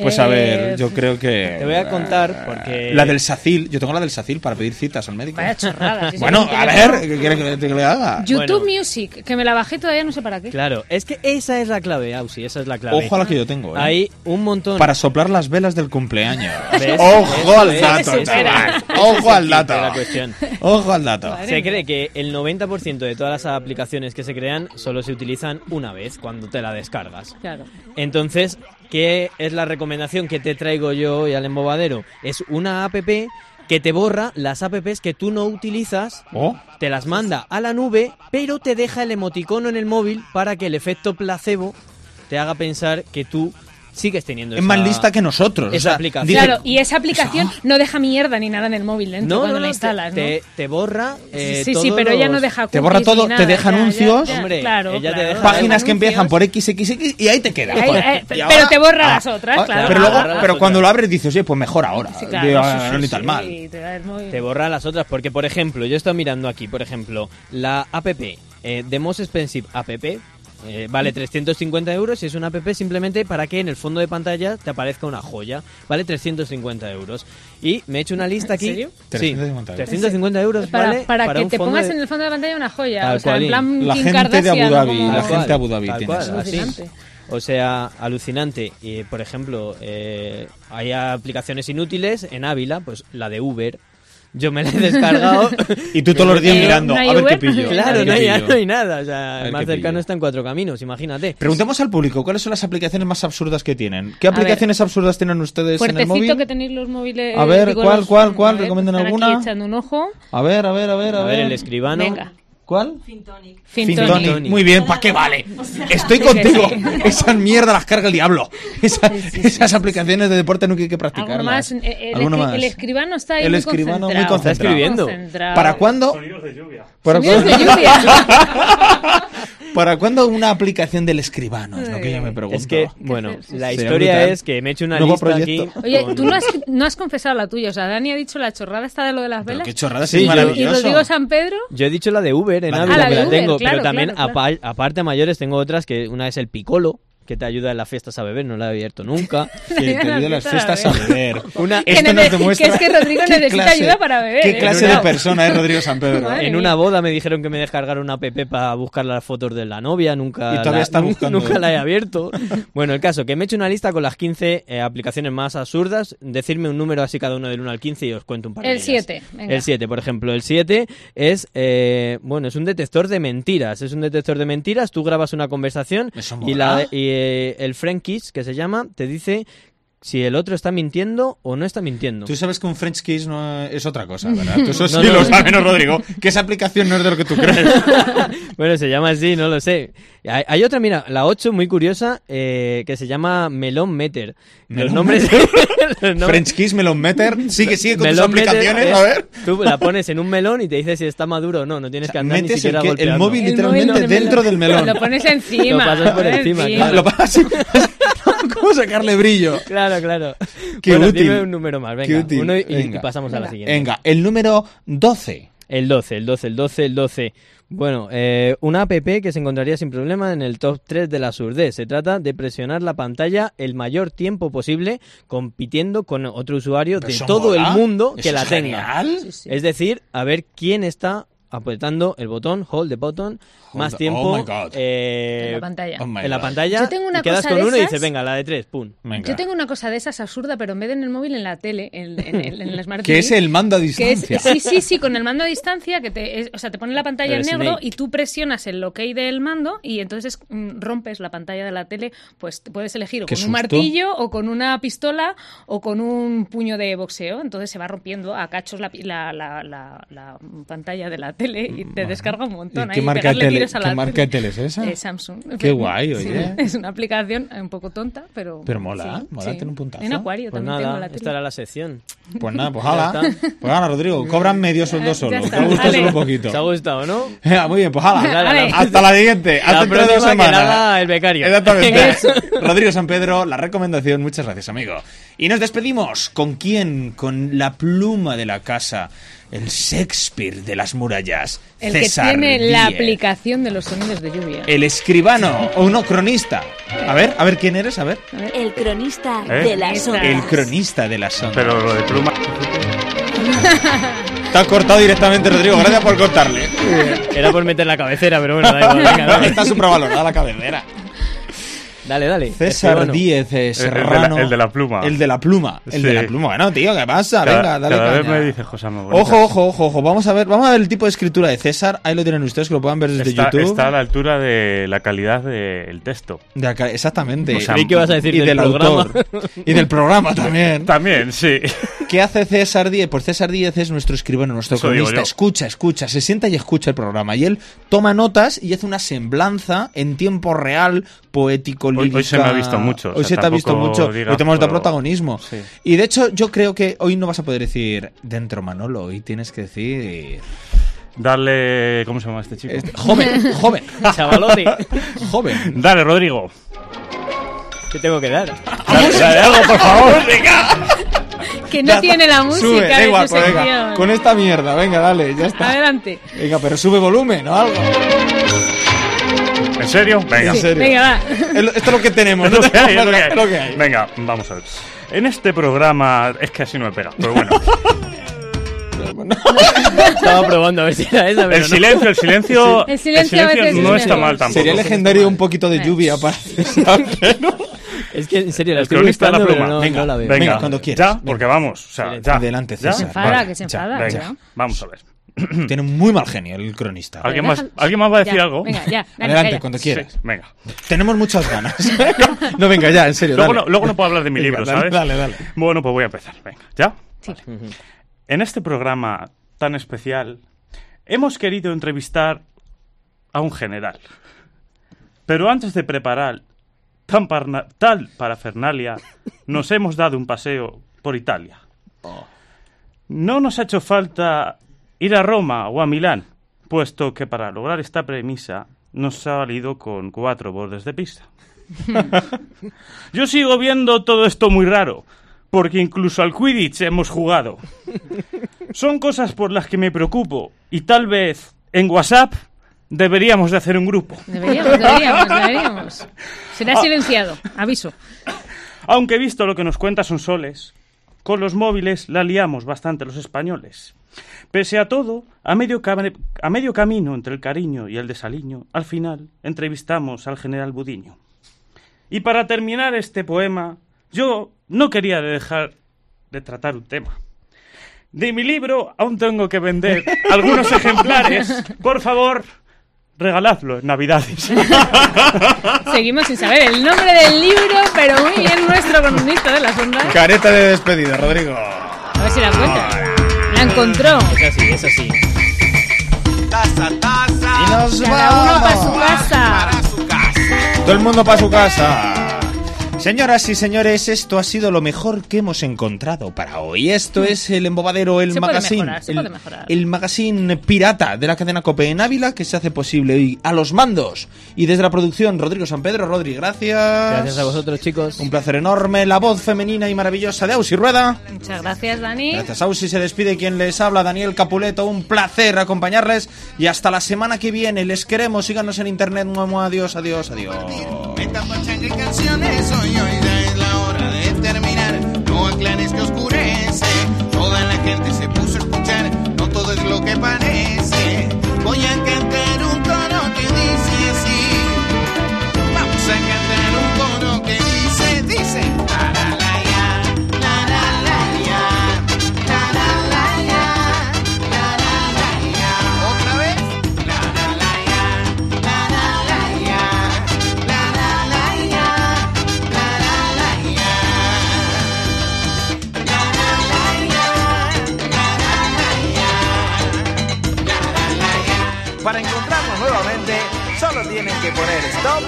Speaker 2: Pues a
Speaker 3: Eh,
Speaker 2: ver, yo creo que.
Speaker 4: Te voy a contar porque-
Speaker 2: La del Sacil. Yo tengo la del Sacil para pedir citas al médico.
Speaker 3: Vaya chorrada. si es
Speaker 2: Bueno,
Speaker 3: que
Speaker 2: a
Speaker 3: no
Speaker 2: ver,
Speaker 3: tengo-
Speaker 2: ¿qué quieres que te- que le haga?
Speaker 3: YouTube
Speaker 4: Bueno.
Speaker 3: Music, que me la bajé todavía no sé para qué.
Speaker 4: Claro, es que esa es la clave, Ausi, esa es la clave.
Speaker 2: Ojo a la que yo tengo, ¿eh?
Speaker 4: Hay un montón.
Speaker 2: Para soplar las velas del cumpleaños.
Speaker 4: ¿Ves?
Speaker 2: Ojo
Speaker 4: Eso
Speaker 2: al
Speaker 4: es.
Speaker 2: dato,
Speaker 3: Eso
Speaker 2: chaval. Ojo al dato.
Speaker 4: de la cuestión.
Speaker 2: Ojo al dato.
Speaker 4: Se cree que el 90% de todas las aplicaciones que se crean solo se utilizan una vez cuando te la descargas.
Speaker 3: Claro.
Speaker 4: Entonces, ¿qué es la recomendación que te traigo yo hoy al embobadero? Es una app que te borra las apps que tú no utilizas,
Speaker 2: Oh,
Speaker 4: te las manda a la nube, pero te deja el emoticono en el móvil para que el efecto placebo te haga pensar que tú sigues teniendo
Speaker 2: es más
Speaker 4: esa-
Speaker 2: lista que nosotros.
Speaker 4: esa aplicación.
Speaker 2: dice-
Speaker 3: Claro, y esa aplicación no deja mierda ni nada en el móvil dentro cuando la
Speaker 4: te-
Speaker 3: instalas, ¿no?
Speaker 4: te, te borra. eh,
Speaker 3: sí, sí,
Speaker 4: todos
Speaker 3: pero ella
Speaker 4: los-
Speaker 3: no deja
Speaker 2: Te borra
Speaker 3: cookies ni
Speaker 2: todo, te
Speaker 3: nada,
Speaker 2: deja
Speaker 3: ya, ya,
Speaker 2: anuncios.
Speaker 3: ya,
Speaker 4: Hombre,
Speaker 3: claro,
Speaker 4: ella te
Speaker 3: claro.
Speaker 4: deja-
Speaker 2: Páginas que
Speaker 4: Anuncios.
Speaker 2: empiezan por XXX y ahí te quedas.
Speaker 3: Ahí,
Speaker 2: joder.
Speaker 3: eh,
Speaker 2: Y
Speaker 3: pero
Speaker 2: ahora-
Speaker 3: te borra las otras, claro.
Speaker 2: Pero, luego,
Speaker 4: Borra las
Speaker 2: pero
Speaker 4: otras.
Speaker 2: cuando lo abres dices, oye, pues mejor ahora.
Speaker 3: Sí,
Speaker 2: Digo,
Speaker 3: claro, sí,
Speaker 2: ah,
Speaker 3: sí,
Speaker 2: no ni
Speaker 3: sí,
Speaker 2: tan mal.
Speaker 3: te da el móvil.
Speaker 4: Te borra las otras, porque por ejemplo, yo he estado mirando aquí, por ejemplo, la app, eh, The Most Expensive App, eh, vale 350 euros y es una app simplemente para que en el fondo de pantalla te aparezca una joya, vale 350 euros. Y me he hecho una lista aquí.
Speaker 3: ¿En serio?
Speaker 4: Sí,
Speaker 2: 350 euros.
Speaker 4: 350 euros
Speaker 3: para,
Speaker 4: vale
Speaker 3: para que
Speaker 4: un
Speaker 3: te
Speaker 4: fondo
Speaker 3: pongas
Speaker 4: de-
Speaker 3: en el fondo de la pantalla una joya.
Speaker 4: Tal
Speaker 3: o sea,
Speaker 4: cual,
Speaker 3: en plan
Speaker 2: la
Speaker 3: Kim
Speaker 2: gente de Abu
Speaker 3: Kardashian,
Speaker 2: Dhabi,
Speaker 3: como-
Speaker 2: la
Speaker 4: Tal
Speaker 2: gente de Abu Dhabi
Speaker 4: tal
Speaker 2: tiene eso.
Speaker 4: así.
Speaker 3: Alucinante.
Speaker 4: O sea, alucinante. Y, por ejemplo, eh, hay aplicaciones inútiles en Ávila, pues la de Uber. Yo me la he descargado.
Speaker 2: Y tú todos los días
Speaker 3: Eh,
Speaker 2: mirando,
Speaker 3: ¿no hay
Speaker 2: a ver qué
Speaker 3: Uber?
Speaker 2: pillo. a
Speaker 4: claro,
Speaker 2: ver
Speaker 4: no
Speaker 2: qué
Speaker 4: hay,
Speaker 2: pillo.
Speaker 4: no hay nada. O sea,
Speaker 2: ver
Speaker 4: el
Speaker 2: qué
Speaker 4: más cercano
Speaker 2: pillo.
Speaker 4: está en cuatro caminos, imagínate.
Speaker 2: Preguntemos al público, ¿cuáles son las aplicaciones más absurdas que tienen? ¿Qué
Speaker 3: A ver.
Speaker 2: aplicaciones absurdas tienen ustedes en el
Speaker 3: Fuertecito
Speaker 2: móvil?
Speaker 3: que tenéis los móviles.
Speaker 2: A ver,
Speaker 3: digo,
Speaker 2: ¿cuál,
Speaker 3: los-
Speaker 2: cuál, cuál?
Speaker 3: a ver,
Speaker 2: ¿Recomiendan
Speaker 3: estar aquí
Speaker 2: alguna?
Speaker 3: echando un ojo.
Speaker 2: A ver, a ver, a ver, a,
Speaker 4: A ver, el escribano.
Speaker 3: Venga.
Speaker 2: ¿Cuál?
Speaker 7: Fintonic.
Speaker 3: Fintonic.
Speaker 4: Fintonic.
Speaker 2: Muy bien, ¿para qué vale? Estoy
Speaker 3: sí,
Speaker 2: contigo.
Speaker 3: sí.
Speaker 2: Esas mierdas las carga el diablo. Esa- esas aplicaciones de deporte nunca hay que practicarlas.
Speaker 3: Algo más. eh, El,
Speaker 2: ¿Alguna
Speaker 3: escri-
Speaker 2: más?
Speaker 3: el escribano está ahí
Speaker 2: El
Speaker 3: muy
Speaker 2: escribano muy
Speaker 3: concentrado.
Speaker 2: concentrado. Está
Speaker 4: escribiendo.
Speaker 3: Concentrado.
Speaker 2: ¿Para cuándo? ¿Para
Speaker 3: Sonidos de
Speaker 2: cuándo?
Speaker 3: lluvia.
Speaker 2: ¿Para cuándo una aplicación del escribano? Es lo que yo me pregunto.
Speaker 4: Es que, bueno, la
Speaker 2: Sería
Speaker 4: historia
Speaker 2: brutal.
Speaker 4: es que me he hecho una
Speaker 2: Nuevo
Speaker 4: lista
Speaker 2: proyecto.
Speaker 4: aquí.
Speaker 3: Oye,
Speaker 4: con-
Speaker 3: tú no has, no has confesado la tuya. O sea, Dani ha dicho la chorrada esta de lo de las
Speaker 2: Pero
Speaker 3: velas.
Speaker 2: qué chorrada, sí,
Speaker 4: Sí, yo-
Speaker 3: y
Speaker 2: maravilloso.
Speaker 3: Rodrigo San Pedro.
Speaker 4: Yo he dicho la de Uber en
Speaker 2: Vale.
Speaker 4: Ávila
Speaker 2: Ah, la
Speaker 4: que
Speaker 2: de
Speaker 4: la
Speaker 3: Uber,
Speaker 4: tengo,
Speaker 3: claro,
Speaker 4: pero también
Speaker 3: claro,
Speaker 4: apa- aparte a mayores tengo otras que una es el picolo, que te ayuda en las fiestas a beber, no la he abierto nunca.
Speaker 2: Que te ayude a las fiestas a beber.
Speaker 4: Una-
Speaker 2: Esto
Speaker 3: Que
Speaker 2: nos
Speaker 3: nece-
Speaker 2: demuestra
Speaker 3: que es que Rodrigo
Speaker 2: qué
Speaker 3: necesita ayuda para beber,
Speaker 2: ¿Qué
Speaker 3: ¿eh?
Speaker 2: clase de
Speaker 3: Cuidado.
Speaker 2: persona es Rodrigo San Pedro?
Speaker 3: Madre
Speaker 4: En
Speaker 3: mía.
Speaker 4: una boda me dijeron que me descargara una app para buscar las fotos de la novia, nunca,
Speaker 2: Y todavía
Speaker 4: la,
Speaker 2: está
Speaker 4: nun-
Speaker 2: buscando.
Speaker 4: nunca la he abierto. Bueno, el caso, que me he hecho una lista con las 15 eh, aplicaciones más absurdas, decirme un número así cada uno del 1 al 15 y os cuento un par de
Speaker 3: El
Speaker 4: ellas.
Speaker 3: siete, venga.
Speaker 4: El 7, por ejemplo. El 7 es, eh, bueno, es un detector de mentiras. Es un detector de mentiras, tú grabas una conversación
Speaker 2: Eso
Speaker 4: y,
Speaker 2: mola.
Speaker 4: la, y eh, el friend kiss, que se llama, te dice... Si el otro está mintiendo o no está mintiendo.
Speaker 2: Tú sabes que un French Kiss no es otra cosa, ¿verdad? Tú eso sí
Speaker 4: No, no.
Speaker 2: lo sabes, ¿no, Rodrigo? Que esa aplicación no es de lo que tú crees.
Speaker 4: Bueno, se llama así, no lo sé. Hay, hay otra, mira, la 8, muy curiosa, eh, que se llama Melón Meter. Los
Speaker 2: Melón
Speaker 4: nombres... los nombres-
Speaker 2: French Kiss, Melon Meter. Sigue, sigue con tus
Speaker 4: Melón Meter
Speaker 2: aplicaciones,
Speaker 4: es-
Speaker 2: a ver.
Speaker 4: Tú la pones en un melón y te dice si está maduro o no. No tienes
Speaker 2: O sea,
Speaker 4: que andar ni
Speaker 2: metes el,
Speaker 4: siquiera
Speaker 2: que- el
Speaker 4: golpeando.
Speaker 2: móvil
Speaker 3: El
Speaker 2: literalmente
Speaker 3: móvil
Speaker 2: dentro del melón.
Speaker 3: Lo pones encima. ¿eh?
Speaker 4: Lo pasas por
Speaker 3: pones
Speaker 4: encima,
Speaker 2: Ah, lo pasas. ¿Cómo sacarle brillo?
Speaker 4: Claro, claro.
Speaker 2: Qué
Speaker 4: Bueno,
Speaker 2: útil.
Speaker 4: dime un número más, venga.
Speaker 2: Qué útil.
Speaker 4: Uno y, y
Speaker 2: Venga.
Speaker 4: pasamos a la siguiente.
Speaker 2: Venga, el número 12.
Speaker 4: El 12, el 12, el 12, el 12. Bueno, eh, una app que se encontraría sin problema en el top 3 de la surdez. Se trata de presionar la pantalla el mayor tiempo posible compitiendo con otro usuario de
Speaker 2: Eso
Speaker 4: todo
Speaker 2: mola.
Speaker 4: el mundo
Speaker 2: Eso
Speaker 4: que la
Speaker 2: es
Speaker 4: tenga.
Speaker 2: genial.
Speaker 4: Es decir, a ver quién está apretando el botón, hold the button,
Speaker 2: Hold
Speaker 4: más
Speaker 2: the-
Speaker 4: tiempo
Speaker 2: oh my God.
Speaker 4: eh,
Speaker 3: En la pantalla.
Speaker 2: Oh my
Speaker 4: en la
Speaker 2: God.
Speaker 4: pantalla,
Speaker 3: Yo tengo una
Speaker 4: y quedas
Speaker 3: cosa
Speaker 4: con
Speaker 3: de
Speaker 4: uno y
Speaker 3: esas.
Speaker 4: dices, venga, la de 3, pum.
Speaker 2: Venga.
Speaker 3: Yo tengo una cosa de esas absurda, pero en vez de en el móvil, en la tele, en, en el, en el Smart
Speaker 2: Que
Speaker 3: TV,
Speaker 2: es el mando a
Speaker 3: que es-
Speaker 2: distancia.
Speaker 3: sí, sí, sí, con el mando a distancia, que te, es- o sea, te pone la pantalla
Speaker 4: El
Speaker 3: en negro
Speaker 4: Snake.
Speaker 3: y tú presionas el OK del mando y entonces mm, rompes la pantalla de la tele, pues te puedes elegir o
Speaker 2: Qué
Speaker 3: con
Speaker 2: susto.
Speaker 3: un martillo o con una pistola o con un puño de boxeo, entonces se va rompiendo a cachos la, pi- la- la- la- la pantalla de la tele y te descarga un
Speaker 2: ¿Y
Speaker 3: montón. ahí,
Speaker 2: qué marca de
Speaker 3: pegarle
Speaker 2: tele-
Speaker 3: tiros a la
Speaker 2: qué marca de tele es esa?
Speaker 3: Eh, Samsung.
Speaker 2: Qué guay,
Speaker 3: Sí,
Speaker 2: oye.
Speaker 3: es una aplicación un poco tonta, pero...
Speaker 2: Pero mola, mola, tiene un puntazo.
Speaker 3: En acuario
Speaker 4: Pues
Speaker 3: también tengo
Speaker 4: nada,
Speaker 3: la tele.
Speaker 4: esta era la sección.
Speaker 2: Pues nada, pues
Speaker 4: Ya
Speaker 2: hala.
Speaker 4: está.
Speaker 2: Pues hala, Rodrigo. Cobran medio sueldo
Speaker 3: Ya
Speaker 2: solo.
Speaker 3: está,
Speaker 2: Te gusta
Speaker 3: vale.
Speaker 2: solo un
Speaker 4: ¿Te ha
Speaker 2: poquito.
Speaker 4: gustado, no?
Speaker 2: Eh, Muy bien, pues hala.
Speaker 4: Dale,
Speaker 3: Dale.
Speaker 2: Hasta la siguiente. Hasta
Speaker 4: La
Speaker 2: dentro de dos
Speaker 4: próxima que la haga
Speaker 2: semanas.
Speaker 4: el becario.
Speaker 2: Exactamente. Rodrigo San Pedro, la recomendación. Muchas gracias, amigo. Y nos despedimos. ¿Con quién? Con la pluma de la casa. El Shakespeare de las murallas.
Speaker 3: El
Speaker 2: César
Speaker 3: que tiene la
Speaker 2: Díez.
Speaker 3: aplicación de los sonidos de lluvia.
Speaker 2: El escribano. O no, cronista. A ver, a ver quién eres, a ver.
Speaker 1: El cronista
Speaker 8: ¿Eh?
Speaker 1: de las
Speaker 3: Esa.
Speaker 1: ondas.
Speaker 2: El cronista de las ondas.
Speaker 8: Pero lo de pluma.
Speaker 2: Te has cortado directamente, Rodrigo. Gracias por cortarle.
Speaker 4: Era por meter la cabecera, pero bueno, da igual. venga, dale.
Speaker 2: Está supravalorada la cabecera.
Speaker 4: Dale, dale.
Speaker 2: César
Speaker 4: Escribano.
Speaker 2: Díez eh,
Speaker 8: de la-
Speaker 2: Serrano.
Speaker 8: el de la pluma.
Speaker 2: El de la pluma. El de
Speaker 8: Sí.
Speaker 2: la pluma. Bueno, tío, ¿qué pasa?
Speaker 8: Cada-
Speaker 2: Ah, Venga, dale
Speaker 8: cada vez
Speaker 2: caña.
Speaker 8: me dice cosas más bonitas.
Speaker 2: Ojo, ojo, ojo, ojo. Vamos a ver, vamos a ver el tipo de escritura de César. Ahí lo tienen ustedes, que lo puedan ver desde
Speaker 8: Está,
Speaker 2: YouTube.
Speaker 8: está a la altura de la calidad del texto.
Speaker 2: De acá- exactamente.
Speaker 8: O sea,
Speaker 4: Creí que ibas a decir
Speaker 2: y del
Speaker 4: del programa.
Speaker 2: autor. y del programa también.
Speaker 8: También, sí.
Speaker 2: ¿Qué hace César Díez? Pues César Díez es nuestro escribano, nuestro
Speaker 8: Eso digo
Speaker 2: cronista.
Speaker 8: yo.
Speaker 2: Escucha, escucha, se sienta y escucha el programa. Y él toma notas y hace una semblanza en tiempo real, poético,
Speaker 8: Hoy-
Speaker 2: lírica.
Speaker 8: hoy se me ha visto mucho, o
Speaker 2: Hoy
Speaker 8: sea,
Speaker 2: se te ha visto
Speaker 8: tampoco
Speaker 2: mucho.
Speaker 8: digas,
Speaker 2: hoy te hemos dado
Speaker 8: pero-
Speaker 2: protagonismo.
Speaker 8: Sí.
Speaker 2: Y de hecho, yo creo que hoy no vas a poder decir dentro Manolo. Hoy tienes que decir.
Speaker 8: Dale. ¿Cómo se llama este chico?
Speaker 2: este, joven, joven,
Speaker 4: Chavalote,
Speaker 2: joven.
Speaker 8: Dale, Rodrigo.
Speaker 4: te tengo que dar.
Speaker 8: Dale, dale algo, por favor.
Speaker 3: Que
Speaker 2: Ya
Speaker 3: no
Speaker 2: está.
Speaker 3: tiene la música
Speaker 2: Sube, da
Speaker 3: de
Speaker 2: igual,
Speaker 3: su
Speaker 2: pues venga,
Speaker 3: sección.
Speaker 2: Con esta mierda, venga, dale, ya está.
Speaker 3: Adelante.
Speaker 2: Venga, pero sube volumen o algo.
Speaker 8: ¿En serio? Venga.
Speaker 2: En
Speaker 3: Sí,
Speaker 2: serio.
Speaker 3: venga, va.
Speaker 2: Es lo- Esto es lo que tenemos,
Speaker 8: Es
Speaker 2: no
Speaker 8: lo que hay, es
Speaker 2: tenemos
Speaker 8: lo
Speaker 2: más,
Speaker 8: que hay.
Speaker 2: es lo que hay.
Speaker 8: Venga, vamos a ver. En este programa. Es que así no me pega, pero bueno.
Speaker 4: Estaba probando a ver si era esa, pero
Speaker 8: El
Speaker 4: no.
Speaker 8: silencio, el silencio.
Speaker 3: El silencio a veces
Speaker 8: no
Speaker 3: es
Speaker 8: está
Speaker 3: mejor.
Speaker 8: mal tampoco.
Speaker 2: Sería legendario un poquito de
Speaker 3: Eh.
Speaker 2: lluvia para César, ¿no?
Speaker 4: Es que en serio, la
Speaker 8: El
Speaker 4: estoy
Speaker 8: cronista de la
Speaker 4: buscando, pero
Speaker 8: pluma.
Speaker 4: no,
Speaker 2: Venga,
Speaker 4: no la veo.
Speaker 8: Venga,
Speaker 2: Venga, cuando quieras.
Speaker 8: Ya,
Speaker 2: Venga.
Speaker 8: porque vamos. O sea, ya.
Speaker 2: Adelante,
Speaker 8: ¿Ya?
Speaker 2: César.
Speaker 3: Se enfada,
Speaker 2: Vale,
Speaker 3: que se
Speaker 2: ya,
Speaker 3: enfada.
Speaker 8: Venga,
Speaker 3: ya.
Speaker 8: vamos a ver.
Speaker 2: Tiene muy mal genio el cronista.
Speaker 8: ¿Alguien
Speaker 3: Déjalo.
Speaker 8: más, ¿alguien más va a decir
Speaker 3: Ya,
Speaker 8: algo?
Speaker 3: Venga, ya. dale,
Speaker 2: Adelante,
Speaker 3: calla.
Speaker 2: cuando
Speaker 8: Sí,
Speaker 2: quieras.
Speaker 8: venga.
Speaker 2: Tenemos muchas ganas. no, venga, ya, en serio.
Speaker 8: Luego
Speaker 2: dale.
Speaker 8: no, luego no puedo hablar de mi
Speaker 2: Venga,
Speaker 8: libro,
Speaker 2: dale,
Speaker 8: ¿sabes?
Speaker 2: dale, dale.
Speaker 8: Bueno, pues voy a empezar. Venga, ¿ya?
Speaker 3: Sí.
Speaker 8: En este programa tan especial hemos querido entrevistar a un general. Pero antes de preparar tan parna- tal parafernalia, nos hemos dado un paseo por Italia. No nos ha hecho falta ir a Roma o a Milán, puesto que para lograr esta premisa nos ha valido con cuatro bordes de pista. Yo sigo viendo todo esto muy raro, porque incluso al Quidditch hemos jugado. Son cosas por las que me preocupo y tal vez en WhatsApp deberíamos de hacer un grupo.
Speaker 3: Deberíamos, deberíamos, deberíamos. Será
Speaker 2: Ah.
Speaker 3: silenciado. Aviso.
Speaker 8: Aunque visto lo que nos cuenta Sonsoles, con los móviles la liamos bastante los españoles. Pese a todo, a medio, cam- a medio camino entre el cariño y el desaliño, al final entrevistamos al general Budiño. Y para terminar este poema, yo no quería dejar de tratar un tema. De mi libro aún tengo que vender algunos ejemplares. Por favor, regaladlo en Navidades.
Speaker 3: Seguimos sin saber el nombre del libro, pero muy bien nuestro columnista de las ondas.
Speaker 2: Careta de despedida, Rodrigo.
Speaker 3: A ver si la encuentra. La encontró.
Speaker 4: Es así, es así.
Speaker 2: Y nos
Speaker 3: Cada uno para su
Speaker 2: vamos.
Speaker 3: casa.
Speaker 2: Todo el mundo para su casa. Señoras y señores, esto ha sido lo mejor que hemos encontrado para hoy. Esto es el embobadero, el
Speaker 3: Se puede
Speaker 2: magazine.
Speaker 3: mejorar, se
Speaker 2: el,
Speaker 3: puede mejorar.
Speaker 2: el magazine pirata de la cadena Cope en Ávila que se hace posible hoy a los mandos. Y desde la producción, Rodrigo San Pedro, Rodri, gracias.
Speaker 4: Gracias a vosotros, chicos.
Speaker 2: Un placer enorme, la voz femenina y maravillosa de Ausi Rueda.
Speaker 3: Muchas gracias, Dani.
Speaker 2: Gracias, Ausi. Se despide quien les habla, Daniel Capuleto. Un placer acompañarles. Y hasta la semana que viene. Les queremos. Síganos en internet. Mua, Adiós, adiós, adiós.
Speaker 9: Esta pachanga y canciones hoy, hoy ya es la hora de terminar. No aclares que oscurece, toda la gente se puso a escuchar, no todo es lo que parece. Voy a cantar un coro que dice así. Vamos a cantar un coro que dice, dice. La la la ya, la la la ya, la la la ya, la la la ya. Otra vez. La la la ya, la la la ya, la la la ya, la la la ya. La la la ya, la la la ya, la la Para encontrarnos nuevamente, solo tienen que poner stop